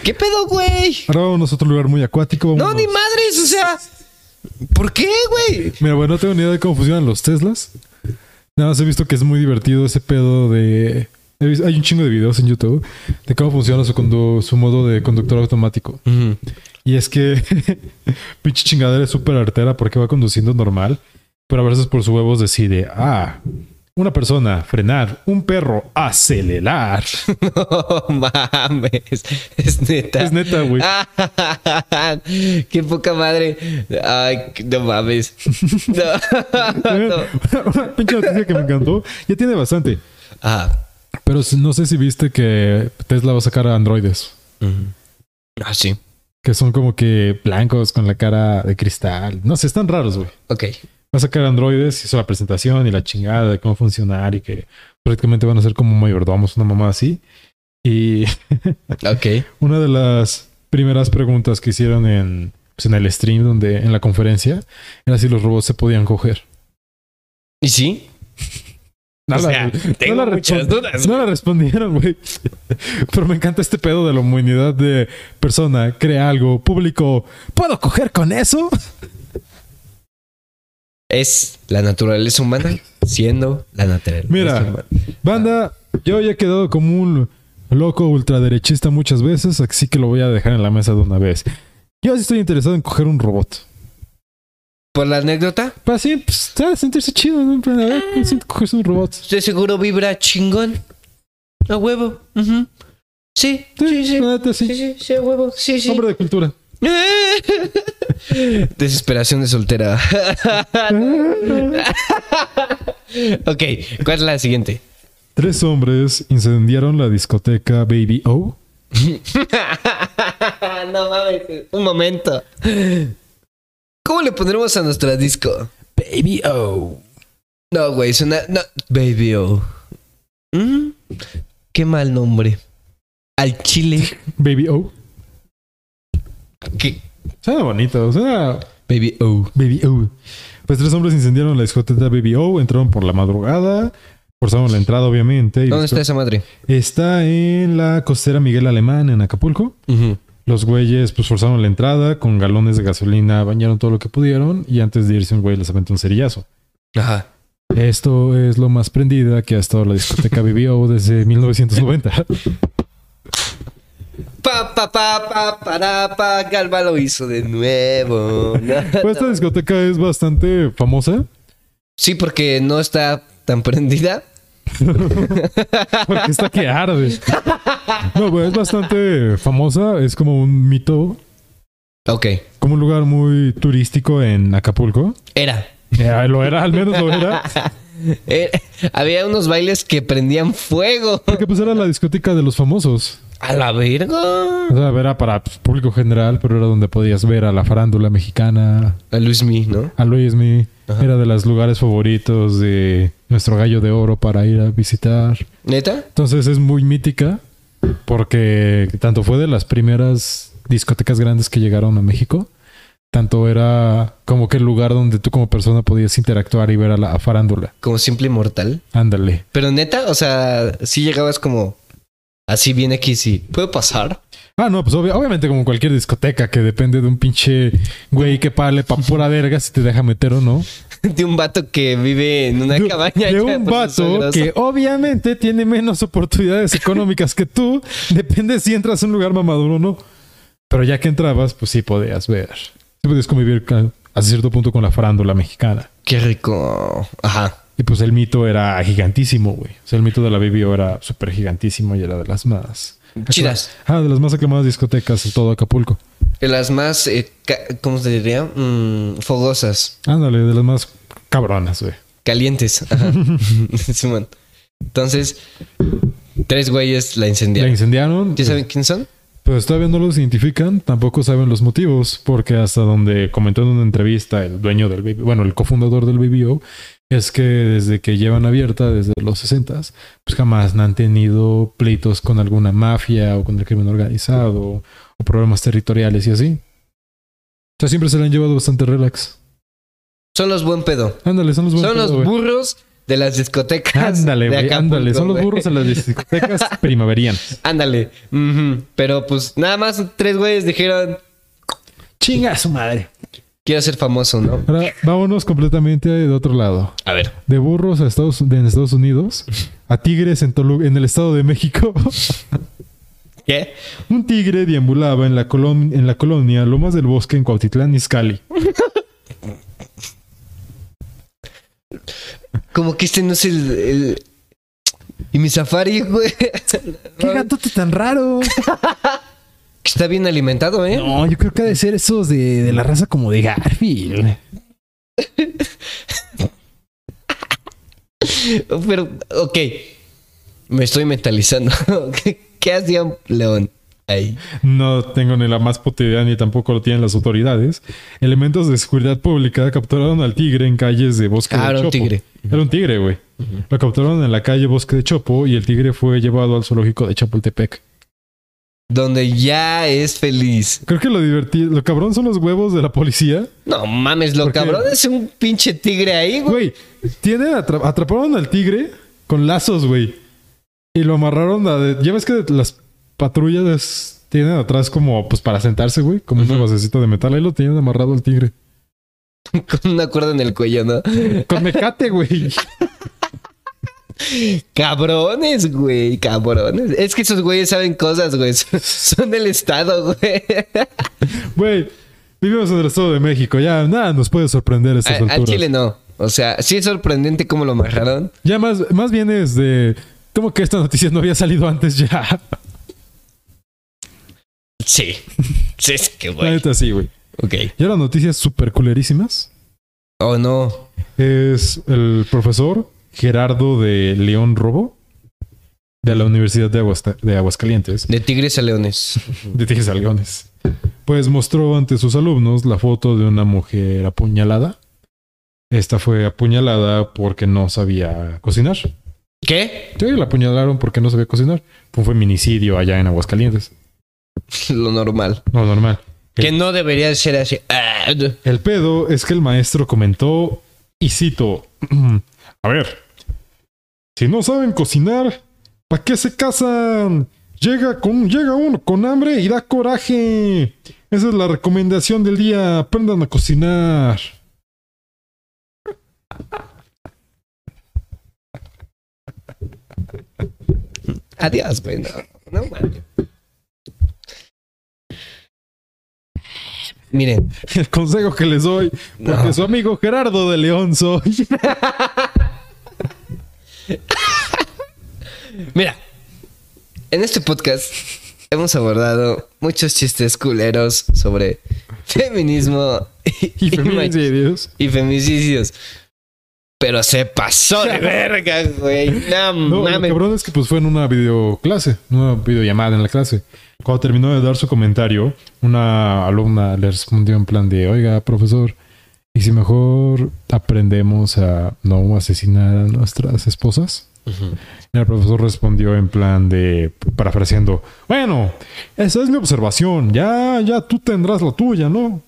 [SPEAKER 3] ¿Qué pedo, güey?
[SPEAKER 2] Ahora vamos a otro lugar muy acuático.
[SPEAKER 3] No,
[SPEAKER 2] vámonos.
[SPEAKER 3] ni madres, o sea. ¿Por qué, güey?
[SPEAKER 2] Mira, bueno, no tengo ni idea de cómo funcionan los Teslas. Nada más he visto que es muy divertido ese pedo de... he visto- Hay un chingo de videos en YouTube de cómo funciona su, condu- su modo de conductor automático. Y es que pinche chingadera es súper artera porque va conduciendo normal, pero a veces por sus huevos decide, ah, una persona, frenar, un perro, acelerar.
[SPEAKER 3] No mames. Es neta.
[SPEAKER 2] Es neta, güey.
[SPEAKER 3] qué poca madre. Ay, no mames. No.
[SPEAKER 2] Una,
[SPEAKER 3] no.
[SPEAKER 2] una pinche noticia que me encantó. Ya tiene bastante.
[SPEAKER 3] Ah.
[SPEAKER 2] Pero si- no sé si viste que Tesla va a sacar a androides.
[SPEAKER 3] Ah, sí.
[SPEAKER 2] Que son como que blancos con la cara de cristal. No sé, están raros, güey.
[SPEAKER 3] Ok.
[SPEAKER 2] Va a sacar androides, hizo la presentación y la chingada de cómo funcionar y que prácticamente van a ser como mayordomos, una mamá así. Y
[SPEAKER 3] Ok.
[SPEAKER 2] una de las primeras preguntas que hicieron en, pues, en el stream, donde en la conferencia, era si los robots se podían coger.
[SPEAKER 3] ¿Y sí?
[SPEAKER 2] No
[SPEAKER 3] O
[SPEAKER 2] la-
[SPEAKER 3] sea, tengo
[SPEAKER 2] la respon-
[SPEAKER 3] muchas dudas,
[SPEAKER 2] No la respondieron, güey. Pero me encanta este pedo de la humanidad de persona, crea algo, público. ¿Puedo coger con eso?
[SPEAKER 3] Es la naturaleza humana siendo la naturaleza
[SPEAKER 2] Mira.
[SPEAKER 3] humana.
[SPEAKER 2] Banda, yo ya he quedado como un loco ultraderechista muchas veces, así que lo voy a dejar en la mesa de una vez. Yo sí estoy interesado en coger un robot.
[SPEAKER 3] Por la anécdota,
[SPEAKER 2] Para así, pues, ¿sabes? sentirse chido, ¿no? En plan, a ver, ¿cómo
[SPEAKER 3] Ah.
[SPEAKER 2] se siente cogerse un robot?
[SPEAKER 3] de seguro vibra chingón. A huevo. Ujú. Sí, sí, sí.
[SPEAKER 2] la neta, sí.
[SPEAKER 3] Sí, sí, sí, a huevo. Sí, sí.
[SPEAKER 2] Hombre de cultura.
[SPEAKER 3] Desesperación de soltera. ok, ¿cuál es la siguiente?
[SPEAKER 2] Tres hombres incendiaron la discoteca Baby O
[SPEAKER 3] no mames, un momento. ¿Cómo le pondremos a nuestra disco? Baby O. No, güey, suena. No, Baby O. Mm, Qué mal nombre. Al chile.
[SPEAKER 2] Baby O.
[SPEAKER 3] ¿Qué?
[SPEAKER 2] Suena bonito, suena
[SPEAKER 3] Baby O.
[SPEAKER 2] Baby O. Pues tres hombres incendiaron la discoteca Baby O, entraron por la madrugada, forzaron la entrada obviamente. y
[SPEAKER 3] ¿Dónde
[SPEAKER 2] después-
[SPEAKER 3] está esa madre?
[SPEAKER 2] Está en la costera Miguel Alemán, en Acapulco. Los güeyes pues forzaron la entrada con galones de gasolina, bañaron todo lo que pudieron y antes de irse un güey les aventó un cerillazo.
[SPEAKER 3] Ajá.
[SPEAKER 2] Esto es lo más prendida que ha estado la discoteca BBO desde 1990.
[SPEAKER 3] Pa, pa, pa, pa, para, pa, Galva lo hizo de nuevo. No,
[SPEAKER 2] Pues esta
[SPEAKER 3] no.
[SPEAKER 2] discoteca es bastante famosa
[SPEAKER 3] Sí, porque no está tan prendida.
[SPEAKER 2] porque está que arde. No, pues es bastante famosa, es como un mito,
[SPEAKER 3] Ok,
[SPEAKER 2] como un lugar muy turístico en Acapulco.
[SPEAKER 3] era.
[SPEAKER 2] Eh, lo era, al menos lo era.
[SPEAKER 3] Eh, había unos bailes que prendían fuego.
[SPEAKER 2] Porque pues era la discoteca de los famosos.
[SPEAKER 3] A la verga.
[SPEAKER 2] O sea, era para pues, público general, pero era donde podías ver a la farándula mexicana,
[SPEAKER 3] A Luis Mi, ¿no?
[SPEAKER 2] a Luis Mi. Era de los lugares favoritos de nuestro gallo de oro para ir a visitar.
[SPEAKER 3] ¿Neta?
[SPEAKER 2] Entonces es muy mítica porque tanto fue de las primeras discotecas grandes que llegaron a México, tanto era como que el lugar donde tú como persona podías interactuar y ver a la a farándula.
[SPEAKER 3] Como simple mortal.
[SPEAKER 2] Ándale.
[SPEAKER 3] Pero neta, o sea, sí llegabas como así bien aquí, sí. ¿Puedo pasar?
[SPEAKER 2] Ah, no, pues obvia- obviamente como cualquier discoteca que depende de un pinche güey que pale pa' pura verga si te deja meter o no.
[SPEAKER 3] De un vato que vive en una
[SPEAKER 2] de,
[SPEAKER 3] cabaña.
[SPEAKER 2] de
[SPEAKER 3] hecha
[SPEAKER 2] un
[SPEAKER 3] por sus
[SPEAKER 2] vato
[SPEAKER 3] suegros.
[SPEAKER 2] que obviamente tiene menos oportunidades económicas que tú. Depende si entras a un lugar mamaduro o no. Pero ya que entrabas, pues sí podías ver. Sí podías convivir ca- hasta cierto punto con la farándula mexicana.
[SPEAKER 3] Qué rico. Ajá.
[SPEAKER 2] Y pues el mito era gigantísimo, güey. O sea, el mito de la BBO era súper gigantísimo y era de las más...
[SPEAKER 3] Chidas.
[SPEAKER 2] Ah, de las más aclamadas discotecas en todo Acapulco.
[SPEAKER 3] De las más, eh, ca- ¿cómo se diría? Mm, fogosas,
[SPEAKER 2] Ándale, de las más cabronas, güey.
[SPEAKER 3] calientes. Ajá. Simón. Entonces, tres güeyes la
[SPEAKER 2] La
[SPEAKER 3] incendiaron.
[SPEAKER 2] incendiaron.
[SPEAKER 3] ¿Ya saben quién son?
[SPEAKER 2] Pues todavía no los identifican, tampoco saben los motivos, porque hasta donde comentó en una entrevista el dueño del BBO, bueno, el cofundador del BBO, es que desde que llevan abierta, desde los 60, pues jamás han tenido pleitos con alguna mafia o con el crimen organizado o problemas territoriales y así. O sea, siempre se la han llevado bastante relax.
[SPEAKER 3] Son los buen pedo.
[SPEAKER 2] Ándale, son los buenos.
[SPEAKER 3] son los
[SPEAKER 2] pedo, güey.
[SPEAKER 3] burros de las discotecas.
[SPEAKER 2] Ándale,
[SPEAKER 3] de
[SPEAKER 2] güey,
[SPEAKER 3] Acapulco,
[SPEAKER 2] ándale. Son los
[SPEAKER 3] güey.
[SPEAKER 2] burros en las discotecas primaverianas.
[SPEAKER 3] Ándale. Ujú. Pero pues nada más tres güeyes dijeron,
[SPEAKER 2] Chinga a su madre.
[SPEAKER 3] quiero ser famoso, ¿no?
[SPEAKER 2] Ahora, vámonos completamente de otro lado.
[SPEAKER 3] A ver.
[SPEAKER 2] de burros a Estados, de- en Estados Unidos, a tigres en, Tolu- en el Estado de México.
[SPEAKER 3] ¿Qué?
[SPEAKER 2] Un tigre deambulaba en la, colon- en la colonia Lomas del Bosque en Cuautitlán, Izcalli.
[SPEAKER 3] Como que este no es el... el- Y mi safari, güey.
[SPEAKER 2] ¡Qué gatote tan raro!
[SPEAKER 3] Está bien alimentado, ¿eh?
[SPEAKER 2] No, yo creo que ha de ser esos de, de la raza como de Garfield.
[SPEAKER 3] Pero, ok. Me estoy mentalizando. ¿Qué, qué hacía un león ahí?
[SPEAKER 2] No tengo ni la más puta idea, ni tampoco lo tienen las autoridades. Elementos de seguridad pública capturaron al tigre en calles de Bosque de
[SPEAKER 3] Ah, era un
[SPEAKER 2] Chopo.
[SPEAKER 3] tigre.
[SPEAKER 2] Era un tigre, güey. Lo capturaron en la calle Bosque de Chopo y el tigre fue llevado al zoológico de Chapultepec.
[SPEAKER 3] Donde ya es feliz.
[SPEAKER 2] Creo que lo divertido, lo cabrón son los huevos de la policía.
[SPEAKER 3] No mames, lo
[SPEAKER 2] ¿Por qué?
[SPEAKER 3] cabrón es un pinche tigre ahí, güey.
[SPEAKER 2] Güey, tienen atra- atraparon al tigre con lazos, güey. Y lo amarraron a... de- ya ves que las patrullas tienen atrás como, pues para sentarse, güey, como una basecita de metal. Ahí lo tienen amarrado al tigre.
[SPEAKER 3] Con una cuerda en el cuello, ¿no?
[SPEAKER 2] Con mecate, güey.
[SPEAKER 3] Cabrones, güey, cabrones. Es que esos güeyes saben cosas, güey. Son- Son del Estado, güey.
[SPEAKER 2] Güey, vivimos en el Estado de México. Ya nada nos puede sorprender a estas
[SPEAKER 3] A- Al
[SPEAKER 2] alturas.
[SPEAKER 3] Chile no. O sea, sí es sorprendente cómo lo amarraron.
[SPEAKER 2] Ya más, más bien es de... Como que esta noticia no había salido antes ya.
[SPEAKER 3] Sí. Sí, es que,
[SPEAKER 2] La
[SPEAKER 3] güey.
[SPEAKER 2] neta sí, güey.
[SPEAKER 3] Ok.
[SPEAKER 2] Y ahora noticias súper culerísimas.
[SPEAKER 3] Oh, no.
[SPEAKER 2] Es el profesor Gerardo de León Robo de la Universidad de, Aguasta- de Aguascalientes,
[SPEAKER 3] De tigres a leones.
[SPEAKER 2] de Tijes Algones. Pues mostró ante sus alumnos la foto de una mujer apuñalada. Esta fue apuñalada porque no sabía cocinar. Sí,
[SPEAKER 3] ¿Qué?
[SPEAKER 2] la apuñalaron porque no sabía cocinar. Fue un feminicidio allá en Aguascalientes.
[SPEAKER 3] Lo normal.
[SPEAKER 2] No, normal.
[SPEAKER 3] Que no debería ser así. Ah,
[SPEAKER 2] El pedo es que el maestro comentó, y cito, a ver, si no saben cocinar, ¿para qué se casan? Llega, con, llega uno con hambre y da coraje. Esa es la recomendación del día, aprendan a cocinar.
[SPEAKER 3] Adiós, güey. No, no mames. Miren,
[SPEAKER 2] El consejo que les doy, porque
[SPEAKER 3] No.
[SPEAKER 2] su amigo Gerardo de León soy.
[SPEAKER 3] mira. En este podcast hemos abordado muchos chistes culeros sobre feminismo y,
[SPEAKER 2] Y
[SPEAKER 3] y machi-
[SPEAKER 2] feminicidios.
[SPEAKER 3] y feminicidios. Pero se pasó de verga, güey. No,
[SPEAKER 2] No, lo
[SPEAKER 3] mames.
[SPEAKER 2] cabrón es que pues fue en una videoclase, una videollamada en la clase. Cuando terminó de dar su comentario, una alumna le respondió en plan de, oiga, profesor, ¿y si mejor aprendemos a no asesinar a nuestras esposas? Y el profesor respondió en plan de, parafraseando, bueno, esa es mi observación, ya, ya tú tendrás la tuya, ¿no?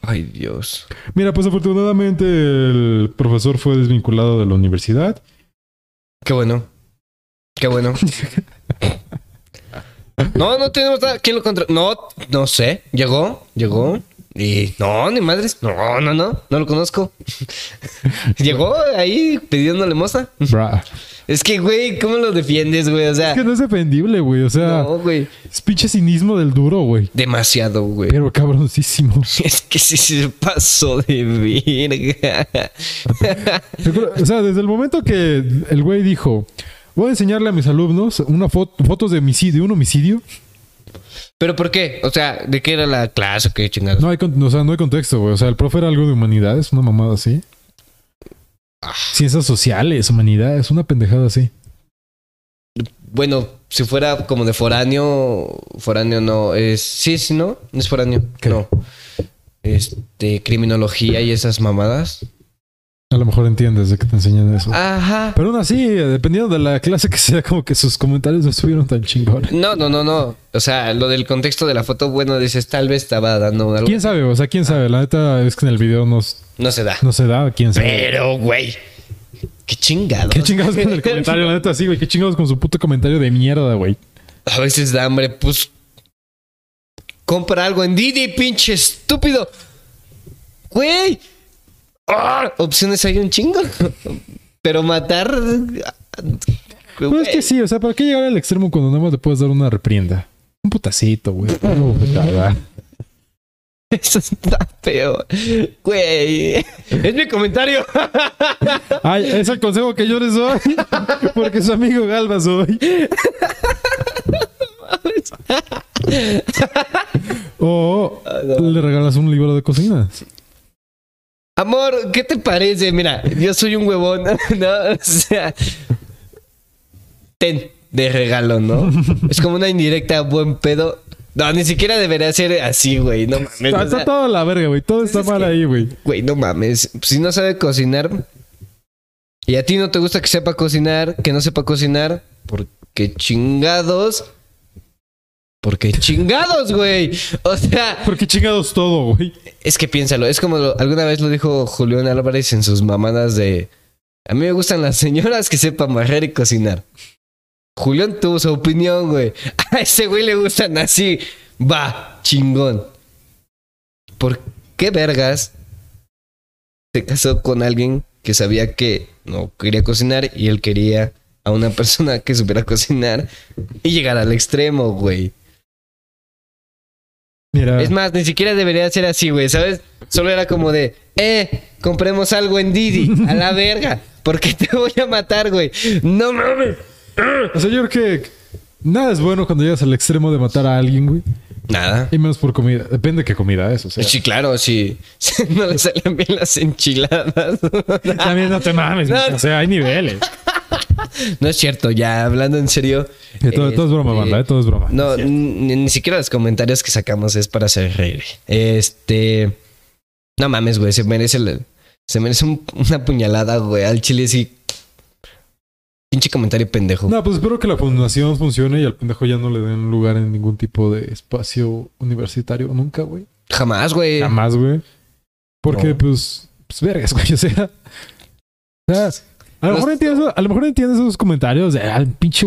[SPEAKER 3] Ay, Dios.
[SPEAKER 2] Mira, pues afortunadamente el profesor fue desvinculado de la universidad.
[SPEAKER 3] Qué bueno. Qué bueno. No, no tenemos nada. ¿Quién lo contrató? No, no sé. Llegó, llegó. Y no, ni madres. No, no, no. No lo conozco. Llegó ahí pidiéndole moza.
[SPEAKER 2] Bra.
[SPEAKER 3] Es que, güey, ¿cómo lo defiendes, güey? O sea,
[SPEAKER 2] Es que no es defendible, güey. O sea,
[SPEAKER 3] no, güey.
[SPEAKER 2] es pinche cinismo del duro, güey.
[SPEAKER 3] Demasiado, güey.
[SPEAKER 2] Pero cabroncísimo.
[SPEAKER 3] Es que sí se pasó de verga.
[SPEAKER 2] Yo creo- o sea, desde el momento que el güey dijo, voy a enseñarle a mis alumnos una foto, fotos de homicidio, un homicidio,
[SPEAKER 3] ¿Pero por qué? O sea, ¿de qué era la clase? o ¿Qué chingados?
[SPEAKER 2] no hay, con- o sea, no hay contexto, güey. O sea, el profe era algo de humanidades, una mamada así. Ciencias sociales, humanidades, una pendejada así.
[SPEAKER 3] Bueno, si fuera como de foráneo, foráneo no es. Sí, sí, no, no es foráneo.
[SPEAKER 2] ¿Qué?
[SPEAKER 3] No. Este, criminología y esas mamadas.
[SPEAKER 2] A lo mejor entiendes de que te enseñan eso.
[SPEAKER 3] Ajá.
[SPEAKER 2] Pero aún así, dependiendo de la clase que sea, como que sus comentarios no estuvieron tan chingones.
[SPEAKER 3] No, no, no, no. O sea, lo del contexto de la foto, bueno, dices, tal vez estaba dando algo.
[SPEAKER 2] ¿Quién sabe? O sea, ¿quién sabe? La neta es que en el video no, s-
[SPEAKER 3] No se da.
[SPEAKER 2] no se da, ¿quién sabe?
[SPEAKER 3] Pero, güey. Qué chingado.
[SPEAKER 2] ¿Qué chingados con el comentario? La neta, sí, güey. ¿Qué chingados con su puto comentario de mierda, güey?
[SPEAKER 3] A veces da hambre, pues. Compra algo en Didi, pinche estúpido. Güey. ¡Ah! Opciones hay un chingo. Pero matar.
[SPEAKER 2] Pues es que sí, o sea, ¿para qué llegar al extremo cuando nada más le puedes dar una reprienda? Un putacito, güey. Una bofetada.
[SPEAKER 3] Eso está peor. Güey. Es mi comentario.
[SPEAKER 2] Ay, es el consejo que yo les doy. Porque su amigo Galva soy. O le regalas un libro de cocina.
[SPEAKER 3] Amor, ¿qué te parece? Mira, yo soy un huevón, ¿no? O sea. Ten, de regalo, ¿no? Es como una indirecta, buen pedo. No, ni siquiera debería ser así, güey. No mames.
[SPEAKER 2] Está,
[SPEAKER 3] o sea,
[SPEAKER 2] está todo a la verga, güey. Todo está
[SPEAKER 3] es
[SPEAKER 2] mal
[SPEAKER 3] que-
[SPEAKER 2] ahí, güey.
[SPEAKER 3] Güey, no mames. Si no sabe cocinar y a ti no te gusta que sepa cocinar, que no sepa cocinar, porque chingados. Porque chingados, güey. O sea,
[SPEAKER 2] ¿Por qué chingados todo, güey?
[SPEAKER 3] es que piénsalo. Es como lo- alguna vez lo dijo Julián Álvarez en sus mamadas de. A mí me gustan las señoras que sepan barrer y cocinar. Julián tuvo su opinión, güey. A ese güey le gustan así. Va, chingón. ¿Por qué vergas se casó con alguien que sabía que no quería cocinar y él quería a una persona que supiera cocinar y llegar al extremo, güey?
[SPEAKER 2] Mira,
[SPEAKER 3] Es más, ni siquiera debería ser así, güey, ¿sabes? Solo era como de, eh, compremos algo en Didi, a la verga, porque te voy a matar, güey. No mames.
[SPEAKER 2] o sea, yo creo que nada es bueno cuando llegas al extremo de matar a alguien, güey.
[SPEAKER 3] Nada.
[SPEAKER 2] Y menos por comida. Depende de qué comida es, o sea.
[SPEAKER 3] Sí, claro, sí. No le salen bien las enchiladas.
[SPEAKER 2] También no te mames,
[SPEAKER 3] No,
[SPEAKER 2] o sea, hay niveles.
[SPEAKER 3] No es cierto, ya hablando en serio.
[SPEAKER 2] Que todo, todo es broma,
[SPEAKER 3] este,
[SPEAKER 2] banda, eh, todo es broma.
[SPEAKER 3] No, ni, ni siquiera los comentarios que sacamos es para hacer reír. Este. No mames, güey. Se merece, la- se merece un- una puñalada, güey. Al chile sí. Pinche comentario pendejo.
[SPEAKER 2] No, pues espero que la fundación funcione y al pendejo ya no le den lugar en ningún tipo de espacio universitario nunca, güey.
[SPEAKER 3] Jamás, güey.
[SPEAKER 2] Jamás, güey. Porque,
[SPEAKER 3] No.
[SPEAKER 2] pues, pues, vergas, güey. O sea, o sea, a, lo
[SPEAKER 3] Los-
[SPEAKER 2] mejor entiendes, a lo mejor entiendes esos comentarios de al pinche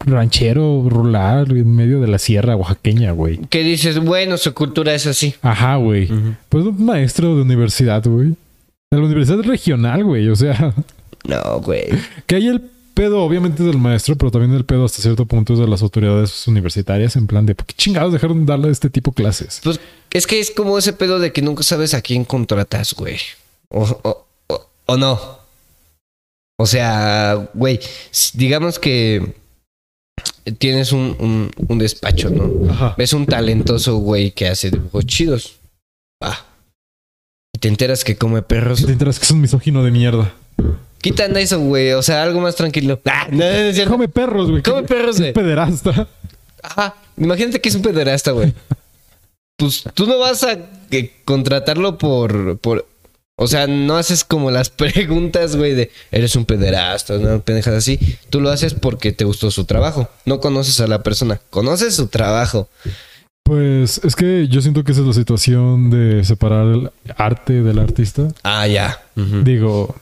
[SPEAKER 2] ranchero rural en medio de la sierra oaxaqueña, güey.
[SPEAKER 3] Que dices, bueno, su cultura es así.
[SPEAKER 2] Ajá, güey. Pues un maestro de universidad, güey. De la universidad regional, güey. O sea,
[SPEAKER 3] No, güey.
[SPEAKER 2] Que ahí el pedo obviamente es del maestro, pero también el pedo hasta cierto punto es de las autoridades universitarias en plan de ¿por qué chingados dejaron de darle a este tipo clases?
[SPEAKER 3] Pues es que es como ese pedo de que nunca sabes a quién contratas, güey. O, o- o- o no. O sea, güey, s- digamos que tienes un, un- un despacho, ¿no?
[SPEAKER 2] Ajá.
[SPEAKER 3] Ves un talentoso güey que hace dibujos chidos. Va. Y te enteras que come perros.
[SPEAKER 2] Si te enteras que es un misógino de mierda.
[SPEAKER 3] Quitan eso, güey. O sea, algo más tranquilo. Ah, no, no, no es cierto.
[SPEAKER 2] Come perros, güey.
[SPEAKER 3] Come perros, güey.
[SPEAKER 2] Es pederasta.
[SPEAKER 3] Ajá. Imagínate que es un pederasta, güey. Pues tú no vas a que, contratarlo por, por. O sea, no haces como las preguntas, güey, de eres un pederasta, no pendejas así. Tú lo haces porque te gustó su trabajo. No conoces a la persona, conoces su trabajo.
[SPEAKER 2] Pues es que yo siento que esa es la situación de separar el arte del artista.
[SPEAKER 3] Ah, ya. Ujú.
[SPEAKER 2] Digo,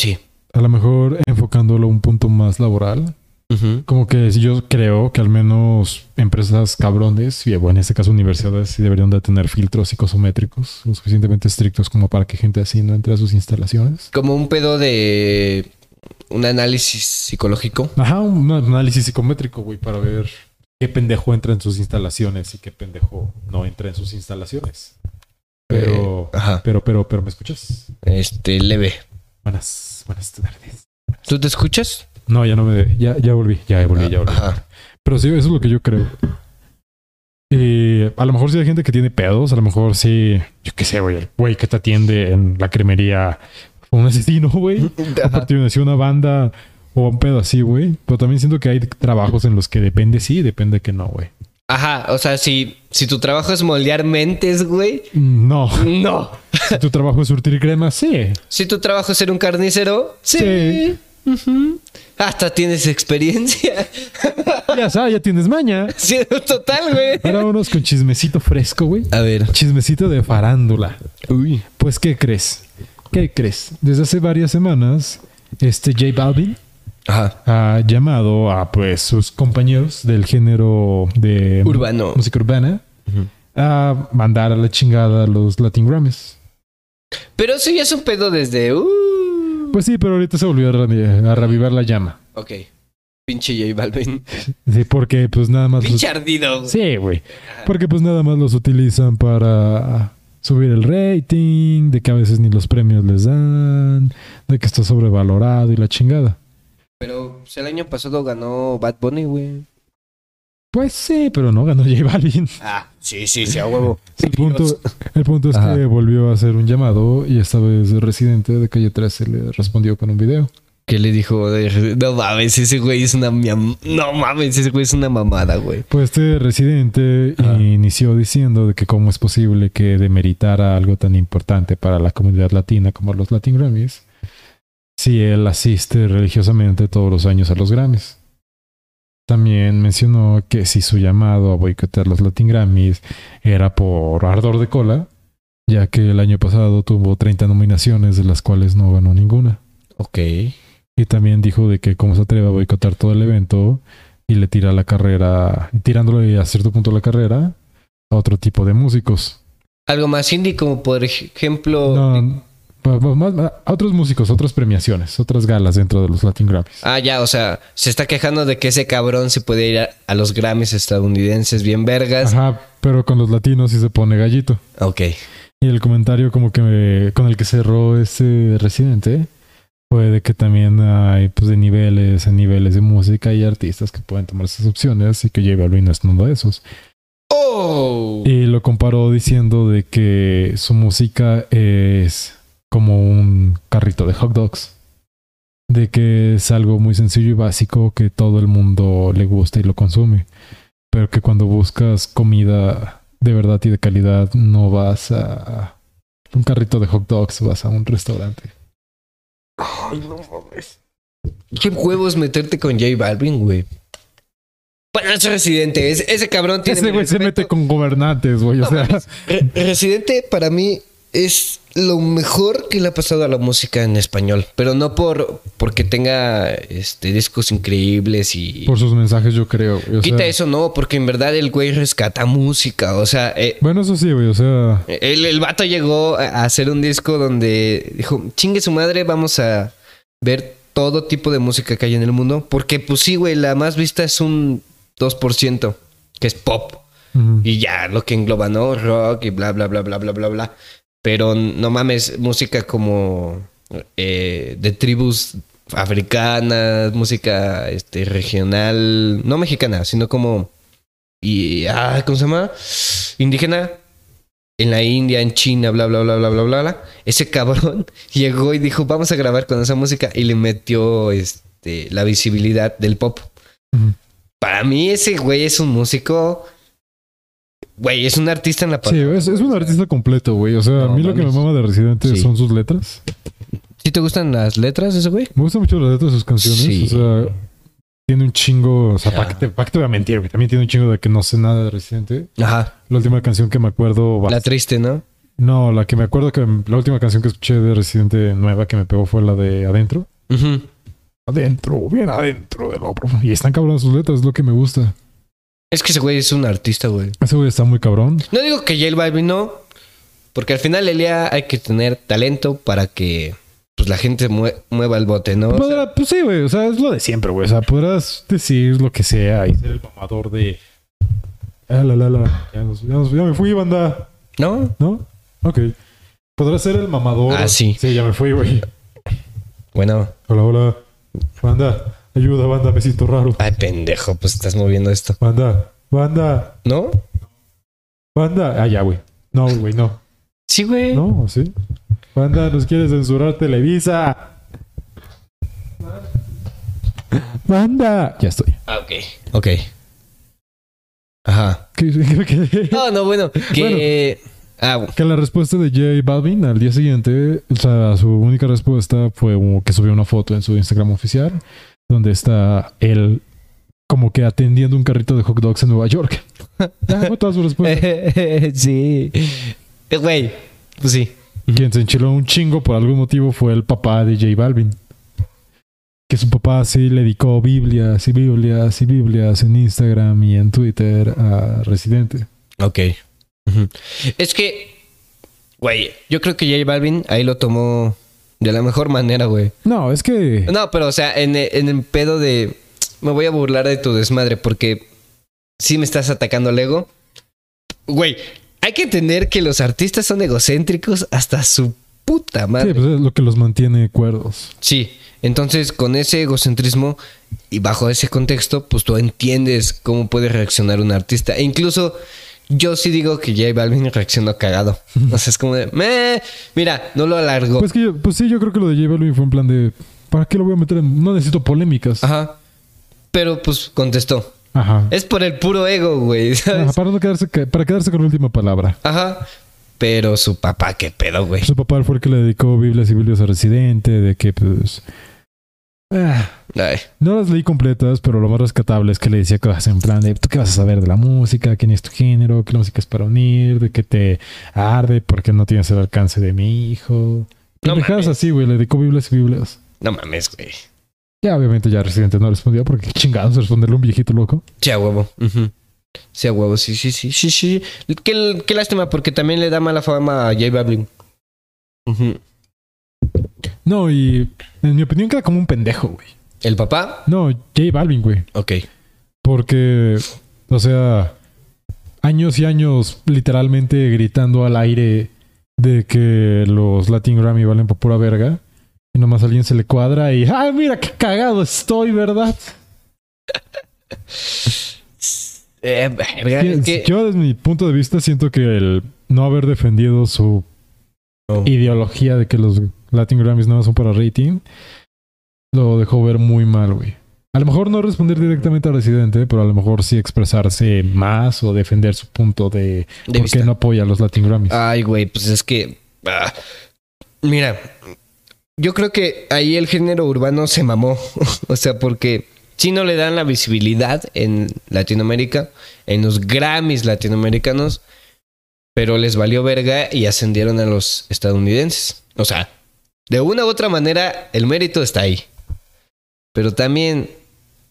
[SPEAKER 3] Sí.
[SPEAKER 2] a lo mejor enfocándolo a un punto más laboral.
[SPEAKER 3] Ujú.
[SPEAKER 2] Como que yo creo que al menos empresas cabrones, y bueno, en este caso universidades, sí deberían de tener filtros psicosométricos lo suficientemente estrictos como para que gente así no entre a sus instalaciones.
[SPEAKER 3] Como un pedo de. Un análisis psicológico.
[SPEAKER 2] Ajá, un análisis psicométrico, güey, para ver qué pendejo entra en sus instalaciones y qué pendejo no entra en sus instalaciones. Pero,
[SPEAKER 3] Eh, ajá.
[SPEAKER 2] pero, pero, pero, ¿me escuchas?
[SPEAKER 3] Este, leve.
[SPEAKER 2] Buenas, buenas tardes.
[SPEAKER 3] ¿Tú te escuchas?
[SPEAKER 2] No, ya no me... Ya, ya volví, ya volví, ya volví.
[SPEAKER 3] Ajá.
[SPEAKER 2] Pero sí, eso es lo que yo creo. Y a lo mejor sí hay gente que tiene pedos, a lo mejor sí, yo qué sé, güey, el güey que te atiende en la cremería, un asesino, güey,
[SPEAKER 3] Ajá.
[SPEAKER 2] pertenece a una banda o a un pedo así, güey. Pero también siento que hay trabajos en los que depende sí y depende que no, güey.
[SPEAKER 3] Ajá, o sea, si, si tu trabajo es moldear mentes, güey,
[SPEAKER 2] No,
[SPEAKER 3] no.
[SPEAKER 2] si tu trabajo es surtir crema, sí.
[SPEAKER 3] Si tu trabajo es ser un carnicero, sí.
[SPEAKER 2] Sí.
[SPEAKER 3] Ujú. Hasta tienes experiencia.
[SPEAKER 2] Ya sabes, ya tienes maña.
[SPEAKER 3] sí, total, güey.
[SPEAKER 2] Ahora unos con chismecito fresco, güey.
[SPEAKER 3] A ver.
[SPEAKER 2] Chismecito de farándula.
[SPEAKER 3] Uy.
[SPEAKER 2] Pues, ¿qué crees? ¿Qué crees? Desde hace varias semanas, este J Balvin
[SPEAKER 3] Ajá.
[SPEAKER 2] ha llamado a pues sus compañeros del género de
[SPEAKER 3] Urbano.
[SPEAKER 2] música urbana a mandar a la chingada a los Latin Grammys.
[SPEAKER 3] Pero eso ya es un pedo desde... Uh.
[SPEAKER 2] Pues sí, pero ahorita se volvió a, re- a revivar la llama.
[SPEAKER 3] Ok. Pinche J Balvin.
[SPEAKER 2] Sí, porque pues nada más... los-
[SPEAKER 3] Pinche ardido. güey.
[SPEAKER 2] Sí, güey. Porque pues nada más los utilizan para subir el rating, de que a veces ni los premios les dan, de que está sobrevalorado y la chingada.
[SPEAKER 3] Pero pues, el año pasado ganó Bad Bunny, güey.
[SPEAKER 2] Pues sí, pero no ganó J Balvin.
[SPEAKER 3] Ah, sí, sí, sí, a huevo.
[SPEAKER 2] El punto, el punto es
[SPEAKER 3] Ajá.
[SPEAKER 2] que volvió a hacer un llamado y esta vez el residente de calle 13 le respondió con un video.
[SPEAKER 3] ¿Qué le dijo? No mames, ese güey es una... miam- No mames, ese güey es una mamada, güey.
[SPEAKER 2] Pues este residente
[SPEAKER 3] Ajá.
[SPEAKER 2] inició diciendo de que cómo es posible que demeritara algo tan importante para la comunidad latina como los Latin Grammys si él asiste religiosamente todos los años a los Grammys. También mencionó que si su llamado a boicotear los Latin Grammys era por ardor de cola, ya que el año pasado tuvo 30 nominaciones de las cuales no ganó ninguna.
[SPEAKER 3] Ok.
[SPEAKER 2] Y también dijo de que cómo se atreve a boicotar todo el evento y le tira la carrera, tirándole a cierto punto la carrera a otro tipo de músicos.
[SPEAKER 3] Algo más indie, como por ejemplo.
[SPEAKER 2] No, pa- pa- más- más- a otros músicos, otras premiaciones, otras galas dentro de los Latin Grammys.
[SPEAKER 3] Ah, ya, o sea, se está quejando de que ese cabrón se puede ir a, a los Grammys estadounidenses bien vergas.
[SPEAKER 2] Ajá, pero con los latinos sí se pone gallito.
[SPEAKER 3] Ok.
[SPEAKER 2] Y el comentario como que me- con el que cerró ese residente fue de que también hay pues de niveles en niveles de música y artistas que pueden tomar esas opciones y que J Balvin no es uno de esos.
[SPEAKER 3] ¡Oh!
[SPEAKER 2] Y lo comparó diciendo de que su música es como un carrito de hot dogs. De que es algo muy sencillo y básico que todo el mundo le gusta y lo consume. Pero que cuando buscas comida de verdad y de calidad no vas a un carrito de hot dogs, vas a un restaurante.
[SPEAKER 3] Ay, no mames. ¿Qué huevos meterte con J Balvin, güey? Bueno, es residente. es- ese cabrón tiene.
[SPEAKER 2] Ese
[SPEAKER 3] mi
[SPEAKER 2] güey se
[SPEAKER 3] respeto.
[SPEAKER 2] mete con gobernantes, güey. O
[SPEAKER 3] No
[SPEAKER 2] sea,
[SPEAKER 3] mames. Re- residente, para mí, es lo mejor que le ha pasado a la música en español. Pero no por porque tenga este, discos increíbles y.
[SPEAKER 2] Por sus mensajes, yo creo. güey, o
[SPEAKER 3] Quita
[SPEAKER 2] sea,
[SPEAKER 3] eso, no, porque en verdad el güey rescata música. O sea, eh,
[SPEAKER 2] Bueno, eso sí, güey. O sea,
[SPEAKER 3] el, el vato llegó a a hacer un disco donde dijo: chingue su madre, vamos a ver todo tipo de música que hay en el mundo. Porque, pues sí, güey, la más vista es un 2%, que es pop.
[SPEAKER 2] ujú.
[SPEAKER 3] Y ya lo que engloba, ¿no? Rock y bla, bla, bla, bla, bla, bla, bla. Pero no mames, música como eh, de tribus africanas, música este, regional, no mexicana, sino como... Y, ah, ¿Cómo se llama? Indígena. En la India, en China, bla, bla, bla, bla, bla, bla, bla. Ese cabrón llegó y dijo, vamos a grabar con esa música. Y le metió este, la visibilidad del pop.
[SPEAKER 2] Ujú.
[SPEAKER 3] Para mí ese güey es un músico... Güey, es un artista en la
[SPEAKER 2] Sí,
[SPEAKER 3] palabra,
[SPEAKER 2] es, es
[SPEAKER 3] güey.
[SPEAKER 2] un artista completo, güey. O sea, a
[SPEAKER 3] No,
[SPEAKER 2] mí lo que me
[SPEAKER 3] mames.
[SPEAKER 2] mama de Residente
[SPEAKER 3] Sí.
[SPEAKER 2] son sus letras.
[SPEAKER 3] ¿Sí te gustan las letras de ese güey?
[SPEAKER 2] Me gustan mucho las letras de sus canciones.
[SPEAKER 3] Sí.
[SPEAKER 2] Pues O sea, tiene un chingo. O sea,
[SPEAKER 3] Ya.
[SPEAKER 2] ¿para qué, te, pa' qué te voy a mentir, güey? También tiene un chingo de que no sé nada de Residente.
[SPEAKER 3] Ajá.
[SPEAKER 2] La última canción que me acuerdo.
[SPEAKER 3] La triste, ¿no?
[SPEAKER 2] No, la que me acuerdo que la última canción que escuché de Residente nueva que me pegó fue la de Adentro.
[SPEAKER 3] Ujú.
[SPEAKER 2] Adentro, bien adentro del hombro. Y están cabrón sus letras, es lo que me gusta.
[SPEAKER 3] Es que ese güey es un artista, güey.
[SPEAKER 2] Ese güey está muy cabrón.
[SPEAKER 3] No digo que J Balvin no, porque al final del día hay que tener talento para que pues, la gente mue- mueva el bote, ¿no? O sea,
[SPEAKER 2] Podrá- pues sí, güey. O sea, es lo de siempre, güey. O sea, podrás decir lo que sea y ser el mamador de. Ah, la, la, la. Ya, nos- ya nos- ya me fui, banda.
[SPEAKER 3] ¿No?
[SPEAKER 2] ¿No? Ok. Podrás ser el mamador.
[SPEAKER 3] Ah, sí.
[SPEAKER 2] Sí, ya me fui, güey.
[SPEAKER 3] Bueno,
[SPEAKER 2] Hola, hola. Banda, ayuda, banda, me siento raro.
[SPEAKER 3] ay pendejo, pues estás moviendo esto,
[SPEAKER 2] Banda, banda,
[SPEAKER 3] ¿no?
[SPEAKER 2] banda. Ah, ya, güey. No, güey, no.
[SPEAKER 3] Sí, güey.
[SPEAKER 2] No, sí. Banda, nos quiere censurar Televisa. Banda. Ya estoy.
[SPEAKER 3] Ah, ok. Ok. Ajá.
[SPEAKER 2] ¿Qué- qué- qué-
[SPEAKER 3] No, no, bueno, que... Ah,
[SPEAKER 2] Que la respuesta de J Balvin al día siguiente, o sea, su única respuesta fue como que subió una foto en su Instagram oficial, donde está él como que atendiendo un carrito de hot dogs en Nueva York. Ya, fue toda su respuesta.
[SPEAKER 3] sí. Eh, Güey, pues sí.
[SPEAKER 2] Quien se enchiló un chingo por algún motivo fue el papá de J Balvin. Que su papá sí le dedicó Biblias y Biblias y Biblias en Instagram y en Twitter a Residente.
[SPEAKER 3] Ok. Ujú. Es que, güey, yo creo que J Balvin ahí lo tomó de la mejor manera, güey.
[SPEAKER 2] No, es que...
[SPEAKER 3] No, pero o sea, en, en el pedo de... Me voy a burlar de tu desmadre porque sí me estás atacando al ego. Güey, hay que entender que los artistas son egocéntricos hasta su puta
[SPEAKER 2] Sí,
[SPEAKER 3] madre.
[SPEAKER 2] pues es lo que los mantiene cuerdos.
[SPEAKER 3] Sí, entonces con ese egocentrismo y bajo ese contexto, pues tú entiendes cómo puede reaccionar un artista. E incluso yo sí digo que J Balvin reaccionó cagado. O sea, es como de, "Meh". mira, no lo alargó.
[SPEAKER 2] Pues, que yo- pues sí, yo creo que lo de J Balvin fue en plan de... ¿Para qué lo voy a meter en...? No necesito polémicas.
[SPEAKER 3] Ajá. Pero pues contestó.
[SPEAKER 2] Ajá.
[SPEAKER 3] Es por el puro ego, güey, ¿sabes?
[SPEAKER 2] Ajá, para, no quedarse, ca- para quedarse con la última palabra.
[SPEAKER 3] Ajá. Pero su papá, qué pedo, güey.
[SPEAKER 2] Su papá fue el que le dedicó Biblias y Biblias a Residente, de que pues... ah,
[SPEAKER 3] Ay,
[SPEAKER 2] No las leí completas, pero lo más rescatable es que le decía cosas en plan de, ¿tú qué vas a saber de la música? ¿Quién es tu género? ¿Qué la música es para unir? ¿De qué te arde? ¿Por qué no tienes el alcance de mi hijo?
[SPEAKER 3] No
[SPEAKER 2] Pendejadas
[SPEAKER 3] mames.
[SPEAKER 2] así, güey, le dedicó Biblias y Biblias.
[SPEAKER 3] no mames, güey.
[SPEAKER 2] Ya, obviamente, ya Residente no respondió porque qué chingados responderle a un viejito loco.
[SPEAKER 3] Sí, a huevo. Ujú. Sí, a huevo, sí, sí, sí, sí, sí. Qué, qué lástima, porque también le da mala fama a J Balvin. Ujú.
[SPEAKER 2] No, y en mi opinión queda como un pendejo, güey.
[SPEAKER 3] ¿El papá? Eh,
[SPEAKER 2] No, J Balvin, güey.
[SPEAKER 3] Ok.
[SPEAKER 2] Porque, o sea, años y años literalmente gritando al aire de que los Latin Grammy valen por pura verga. Y nomás a alguien se le cuadra y ¡ay, mira qué cagado estoy, verdad!
[SPEAKER 3] Eh, verga, es que-
[SPEAKER 2] Yo desde mi punto de vista siento que el no haber defendido su
[SPEAKER 3] No.
[SPEAKER 2] ideología de que los Latin Grammys no son para rating lo dejó ver muy mal, güey. A lo mejor no responder directamente al residente, pero a lo mejor sí expresarse más o defender su punto de,
[SPEAKER 3] de
[SPEAKER 2] por
[SPEAKER 3] vista.
[SPEAKER 2] qué no apoya a los Latin Grammys.
[SPEAKER 3] Ay, güey, pues es que. ah. Mira, yo creo que ahí el género urbano se mamó. o sea, porque si no le dan la visibilidad en Latinoamérica, en los Grammys latinoamericanos, pero les valió verga y ascendieron a los estadounidenses. O sea, de una u otra manera, el mérito está ahí. Pero también,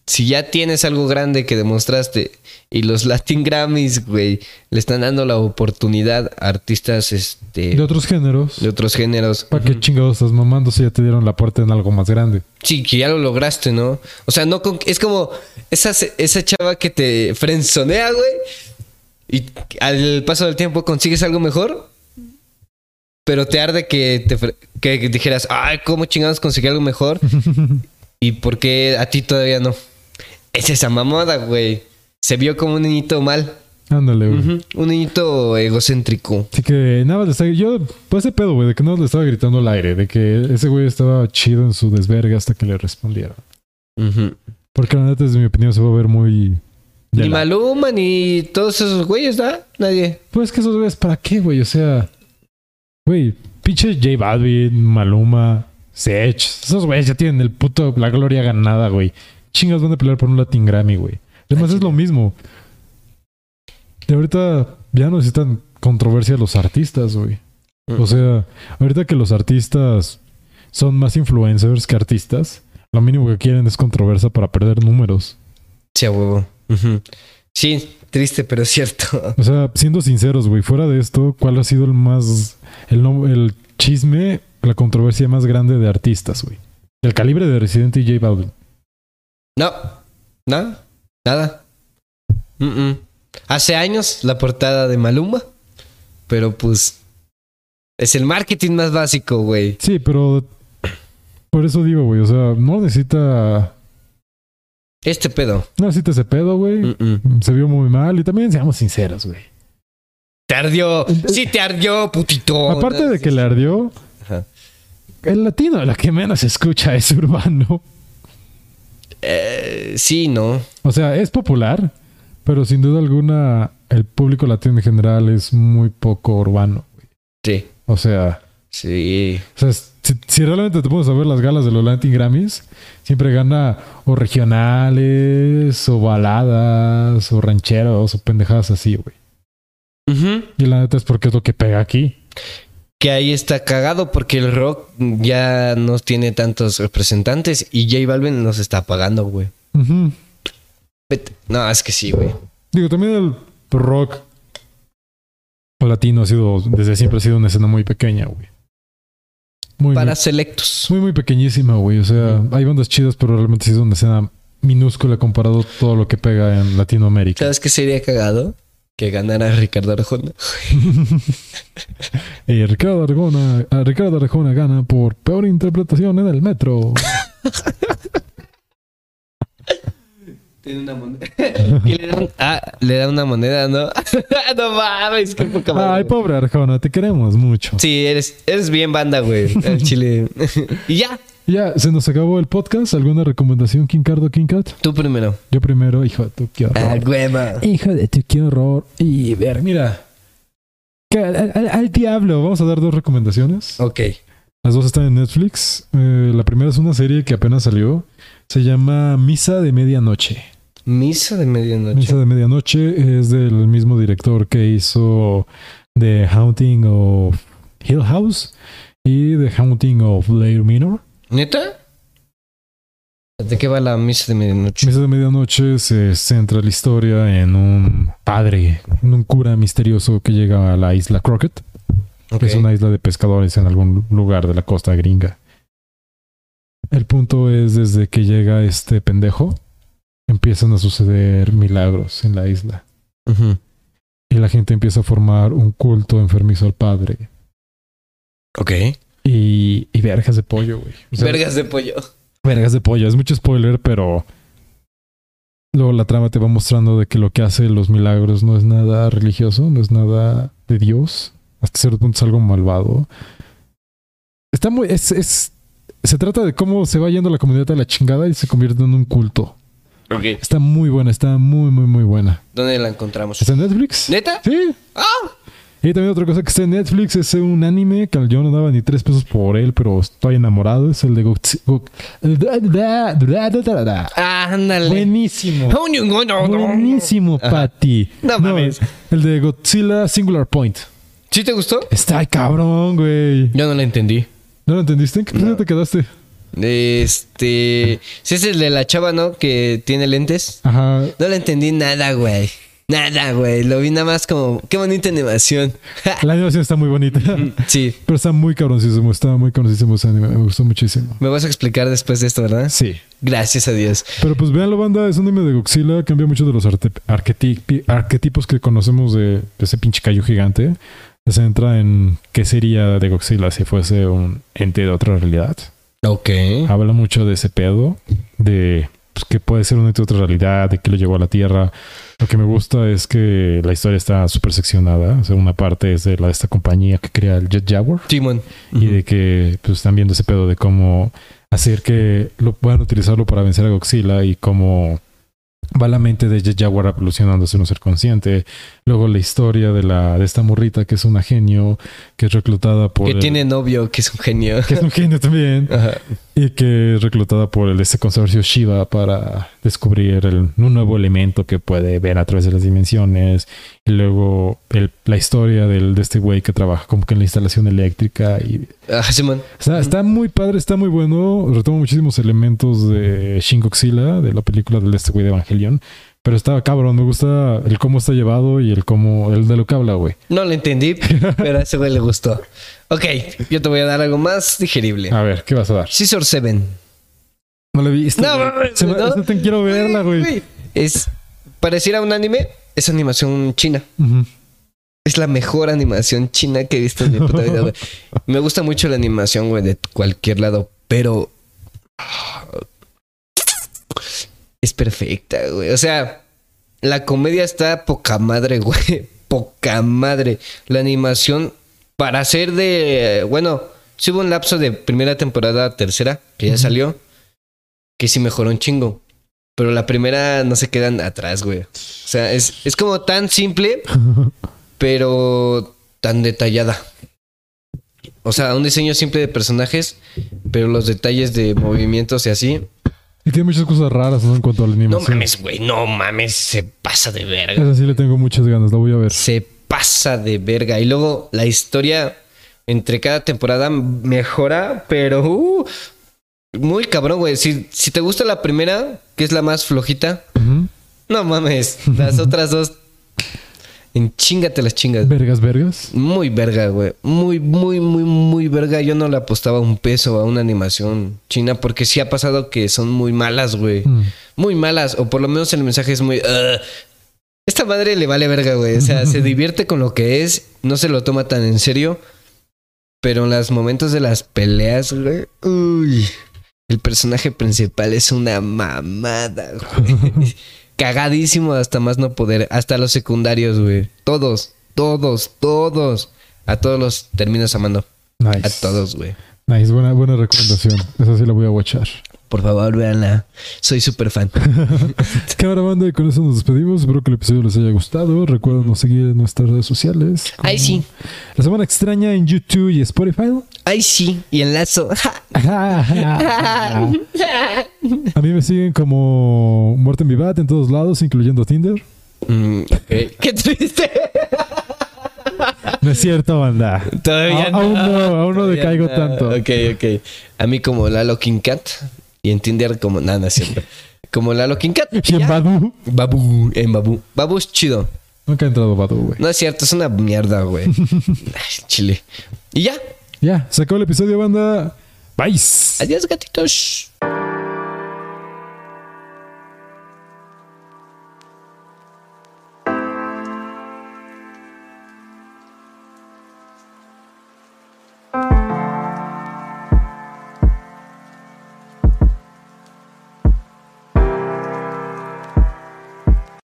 [SPEAKER 3] si ya tienes algo grande que demostraste y los Latin Grammys, güey, le están dando la oportunidad a artistas este,
[SPEAKER 2] De otros géneros.
[SPEAKER 3] de otros géneros.
[SPEAKER 2] ¿Para qué chingados estás mamando si ya te dieron la puerta en algo más grande?
[SPEAKER 3] Sí, que ya lo lograste, ¿no? O sea, no con- es como esa, esa chava que te frenzonea, güey. Y al paso del tiempo consigues algo mejor. Pero te arde que, te, fre- que dijeras, ay, ¿cómo chingados conseguí algo mejor? ¿Y por qué a ti todavía no? Es esa mamada, güey. Se vio como un niñito mal.
[SPEAKER 2] Ándale, güey.
[SPEAKER 3] Ujú, Un niñito egocéntrico.
[SPEAKER 2] Así que nada más le estaba. Yo, pues ese pedo, güey, de que no le estaba gritando al aire, de que ese güey estaba chido en su desverga hasta que le respondieron.
[SPEAKER 3] Ujú.
[SPEAKER 2] Porque la neta, desde mi opinión, se va a ver muy. de
[SPEAKER 3] Ni
[SPEAKER 2] la-
[SPEAKER 3] Maluma, ni todos esos güeyes, ¿da? Nadie.
[SPEAKER 2] Pues que esos güeyes, ¿para qué, güey? O sea, güey, pinche J Balvin, Maluma, Sech, esos güeyes ya tienen el puto, la gloria ganada, güey. Chingas van a pelear por un Latin Grammy, güey. Además
[SPEAKER 3] Ah,
[SPEAKER 2] es lo mismo. Y ahorita ya no necesitan controversia los artistas, güey. O sea, ahorita que los artistas son más influencers que artistas, lo mínimo que quieren es controversia para perder números.
[SPEAKER 3] Sí, a huevo. Ujú. Sí, triste, pero cierto.
[SPEAKER 2] O sea, siendo sinceros, güey, fuera de esto, ¿cuál ha sido el más. el, nom- el chisme, la controversia más grande de artistas, güey? El calibre de Resident y J Balvin.
[SPEAKER 3] No, no, nada. Mm, mm. Hace años la portada de Maluma, pero pues es el marketing más básico, güey.
[SPEAKER 2] Sí, pero. Por eso digo, güey, o sea, no necesita.
[SPEAKER 3] Este pedo.
[SPEAKER 2] No necesita ese pedo, güey.
[SPEAKER 3] Mm, mm.
[SPEAKER 2] Se vio muy mal y también seamos sinceros, güey.
[SPEAKER 3] Te ardió. Sí, te ardió, putito.
[SPEAKER 2] Aparte de que le ardió,
[SPEAKER 3] Ajá.
[SPEAKER 2] el latino, la que menos escucha es urbano.
[SPEAKER 3] Eh, sí, no.
[SPEAKER 2] O sea, es popular, pero sin duda alguna, el público latino en general es muy poco urbano.
[SPEAKER 3] Sí,
[SPEAKER 2] O sea.
[SPEAKER 3] sí.
[SPEAKER 2] O sea, es- si, si realmente te pones a ver las galas de los Latin Grammys, siempre gana o regionales, o baladas, o rancheros, o pendejadas así, güey.
[SPEAKER 3] Ujú.
[SPEAKER 2] Y la neta es porque es lo que pega aquí.
[SPEAKER 3] Que ahí está cagado porque el rock ya no tiene tantos representantes y J Balvin nos está pagando, güey.
[SPEAKER 2] Ujú.
[SPEAKER 3] Vete. No, es que sí, güey.
[SPEAKER 2] Digo, también el rock latino ha sido, desde siempre ha sido una escena muy pequeña, güey. Muy,
[SPEAKER 3] Para
[SPEAKER 2] muy,
[SPEAKER 3] selectos.
[SPEAKER 2] muy, muy pequeñísima, güey. O sea, hay bandas chidas, pero realmente ha sido una escena minúscula comparado a todo lo que pega en Latinoamérica.
[SPEAKER 3] ¿Sabes qué sería cagado? Que ganara Ricardo Arjona.
[SPEAKER 2] Y Ricardo Arjona, a Ricardo Arjona gana por peor interpretación en el metro.
[SPEAKER 3] Tiene una moneda. le dan- ah, le da una moneda, ¿no? no mames, qué poca
[SPEAKER 2] Ay,
[SPEAKER 3] madre.
[SPEAKER 2] pobre Arjona, te queremos mucho.
[SPEAKER 3] Sí, eres, eres bien banda, güey. El chile. y ya,
[SPEAKER 2] Ya, se nos acabó el podcast. ¿Alguna recomendación, Kincardo, Kinkat?
[SPEAKER 3] tú primero.
[SPEAKER 2] Yo primero, hijo de tu, qué
[SPEAKER 3] Ah,
[SPEAKER 2] horror.
[SPEAKER 3] güey, ma.
[SPEAKER 2] Hijo de tu, qué horror. Y ver, mira. Que al, al- al diablo, vamos a dar dos recomendaciones.
[SPEAKER 3] Ok.
[SPEAKER 2] Las dos están en Netflix. Eh, la primera es una serie que apenas salió. Se llama Misa de Medianoche.
[SPEAKER 3] Misa de medianoche.
[SPEAKER 2] Misa de Medianoche es del mismo director que hizo The Haunting of Hill House y The Haunting of Blair Minor.
[SPEAKER 3] ¿Neta? ¿De qué va la misa de medianoche?
[SPEAKER 2] Misa de Medianoche se centra la historia en un padre, en un cura misterioso que llega a la isla Crockett,
[SPEAKER 3] Ok.
[SPEAKER 2] que es una isla de pescadores en algún lugar de la costa gringa. El punto es desde que llega este pendejo, empiezan a suceder milagros en la isla.
[SPEAKER 3] Ujú.
[SPEAKER 2] Y la gente empieza a formar un culto enfermizo al padre.
[SPEAKER 3] Ok.
[SPEAKER 2] Y, y vergas de pollo, güey. O sea,
[SPEAKER 3] Vergas de pollo.
[SPEAKER 2] vergas de pollo. Es mucho spoiler, pero... Luego la trama te va mostrando de que lo que hace los milagros no es nada religioso, no es nada de Dios. Hasta cierto punto es algo malvado. Está muy... Es, es- se trata de cómo se va yendo la comunidad a la chingada y se convierte en un culto.
[SPEAKER 3] Ok.
[SPEAKER 2] Está muy buena, está muy, muy, muy buena.
[SPEAKER 3] ¿Dónde la encontramos? ¡Ah!
[SPEAKER 2] ¿Está en Netflix?
[SPEAKER 3] ¿Neta?
[SPEAKER 2] Sí. Y también otra cosa que está en Netflix es eh, un anime que yo no daba ni tres pesos por él, pero estoy enamorado. Es el de Godzilla.
[SPEAKER 3] Ah, ándale.
[SPEAKER 2] Buenísimo.
[SPEAKER 3] No, no, no, no.
[SPEAKER 2] Buenísimo,
[SPEAKER 3] Ajá.
[SPEAKER 2] Patty.
[SPEAKER 3] No mames.
[SPEAKER 2] El de Godzilla Singular Point.
[SPEAKER 3] ¿Sí te gustó?
[SPEAKER 2] Está cabrón, güey.
[SPEAKER 3] Yo no la entendí.
[SPEAKER 2] ¿No lo entendiste? ¿En qué pedo te quedaste?
[SPEAKER 3] Este. Si es el de la chava, ¿no? Que tiene lentes.
[SPEAKER 2] Ajá.
[SPEAKER 3] No la entendí nada, güey. Nada, güey. Lo vi nada más como. Qué bonita animación.
[SPEAKER 2] La animación está muy bonita.
[SPEAKER 3] sí.
[SPEAKER 2] Pero está muy cabroncísimo, está muy cabroncísimo ese anime, me gustó muchísimo.
[SPEAKER 3] Me vas a explicar después de esto, ¿verdad?
[SPEAKER 2] Sí.
[SPEAKER 3] Gracias a Dios.
[SPEAKER 2] Pero pues vean la banda, es un anime de Godzilla, cambia mucho de los arte- arqueti- pi- arquetipos que conocemos de, de ese pinche callo gigante. Se entra en qué sería de Godzilla si fuese un ente de otra realidad.
[SPEAKER 3] Ok.
[SPEAKER 2] Habla mucho de ese pedo, de pues, que puede ser un ente de otra realidad, de que lo llevó a la Tierra. Lo que me gusta es que la historia está súper seccionada. O sea, una parte es de la de esta compañía que crea el Jet Jaguar
[SPEAKER 3] Timon.
[SPEAKER 2] y de que pues están viendo ese pedo de cómo hacer que lo puedan utilizarlo para vencer a Godzilla y cómo va la mente de Jet Jaguar evolucionándose en un ser consciente. Luego la historia de la de esta morrita que es una genio que es reclutada por
[SPEAKER 3] Que
[SPEAKER 2] el-
[SPEAKER 3] tiene novio, que es un genio.
[SPEAKER 2] que es un genio también
[SPEAKER 3] Ajá.
[SPEAKER 2] y que es reclutada por el, este consorcio Shiva para descubrir el- un nuevo elemento que puede ver a través de las dimensiones. Y luego el- la historia del, de este güey que trabaja como que en la instalación eléctrica y
[SPEAKER 3] Ajá, Simón.
[SPEAKER 2] Está, está muy padre, está muy bueno. Retoma muchísimos elementos de Shin Godzilla, de la película del este güey de Evangelion. Pero está cabrón, me gusta el cómo está llevado y el cómo, el de lo que habla, güey.
[SPEAKER 3] No lo entendí, pero a ese güey le gustó. Ok, yo te voy a dar algo más digerible.
[SPEAKER 2] A ver, ¿qué vas a dar?
[SPEAKER 3] Scissor Seven.
[SPEAKER 2] No la vi. Esta,
[SPEAKER 3] Eh. No,
[SPEAKER 2] güey. Se me- esta te- quiero verla, güey.
[SPEAKER 3] Es pareciera un anime, es animación china.
[SPEAKER 2] Ujú.
[SPEAKER 3] Es la mejor animación china que he visto en mi puta vida, güey. Me gusta mucho la animación, güey, de cualquier lado, pero es perfecta, güey. O sea, la comedia está poca madre, güey. Poca madre. La animación para hacer de, bueno, sí hubo un lapso de primera temporada a tercera que ya salió, que sí mejoró un chingo. Pero la primera no se quedan atrás, güey. O sea, es, es como tan simple, pero tan detallada. O sea, un diseño simple de personajes, pero los detalles de movimientos y así.
[SPEAKER 2] Y tiene muchas cosas raras ¿no? en cuanto a la
[SPEAKER 3] No
[SPEAKER 2] animación.
[SPEAKER 3] mames, güey, no mames, se pasa de verga.
[SPEAKER 2] Esa sí le tengo muchas ganas, la voy a ver.
[SPEAKER 3] Se pasa de verga. Y luego la historia entre cada temporada mejora, pero uh, muy cabrón, güey. Si, si te gusta la primera, que es la más flojita,
[SPEAKER 2] Ujú.
[SPEAKER 3] no mames, las otras dos, en chingate las chingas.
[SPEAKER 2] Vergas, vergas.
[SPEAKER 3] Muy verga, güey. Muy, muy, muy, muy verga. Yo no le apostaba un peso a una animación china porque sí ha pasado que son muy malas, güey.
[SPEAKER 2] Mm.
[SPEAKER 3] Muy malas. O por lo menos el mensaje es muy... "Ugh". Esta madre le vale verga, güey. O sea, se divierte con lo que es. No se lo toma tan en serio. Pero en los momentos de las peleas, güey... Uy. El personaje principal es una mamada, güey. Cagadísimo hasta más no poder. Hasta los secundarios, güey. Todos, todos, todos. A todos los terminas amando.
[SPEAKER 2] Nice.
[SPEAKER 3] A todos, güey.
[SPEAKER 2] Nice, buena, buena recomendación. Esa sí la voy a watchar.
[SPEAKER 3] Por favor, véanla. Soy súper fan.
[SPEAKER 2] Cámara banda, y con eso nos despedimos. Espero que el episodio les haya gustado. Recuerden seguir en nuestras redes sociales. como
[SPEAKER 3] Ay, sí.
[SPEAKER 2] La semana extraña en YouTube y Spotify.
[SPEAKER 3] Ay, sí. Y enlazo.
[SPEAKER 2] A mí me siguen como Muerte en Vivat en todos lados, incluyendo Tinder.
[SPEAKER 3] Mm, ok. Qué triste.
[SPEAKER 2] No es cierto, banda.
[SPEAKER 3] Todavía
[SPEAKER 2] A-
[SPEAKER 3] no.
[SPEAKER 2] aún no, aún no
[SPEAKER 3] Todavía
[SPEAKER 2] decaigo
[SPEAKER 3] no.
[SPEAKER 2] tanto.
[SPEAKER 3] Ok, ok. A mí como Lalo King Cat. Y en Tinder como... Nada, no es cierto. Como Lalo King Cat.
[SPEAKER 2] Y en
[SPEAKER 3] ya.
[SPEAKER 2] Badu.
[SPEAKER 3] Babu, en Babu. Babu es chido.
[SPEAKER 2] Nunca he entrado a Badu, güey.
[SPEAKER 3] No es cierto, es una mierda, güey. Ay, Chile. Y ya.
[SPEAKER 2] Ya, se acabó el episodio, banda. Bye.
[SPEAKER 3] Adiós, gatitos.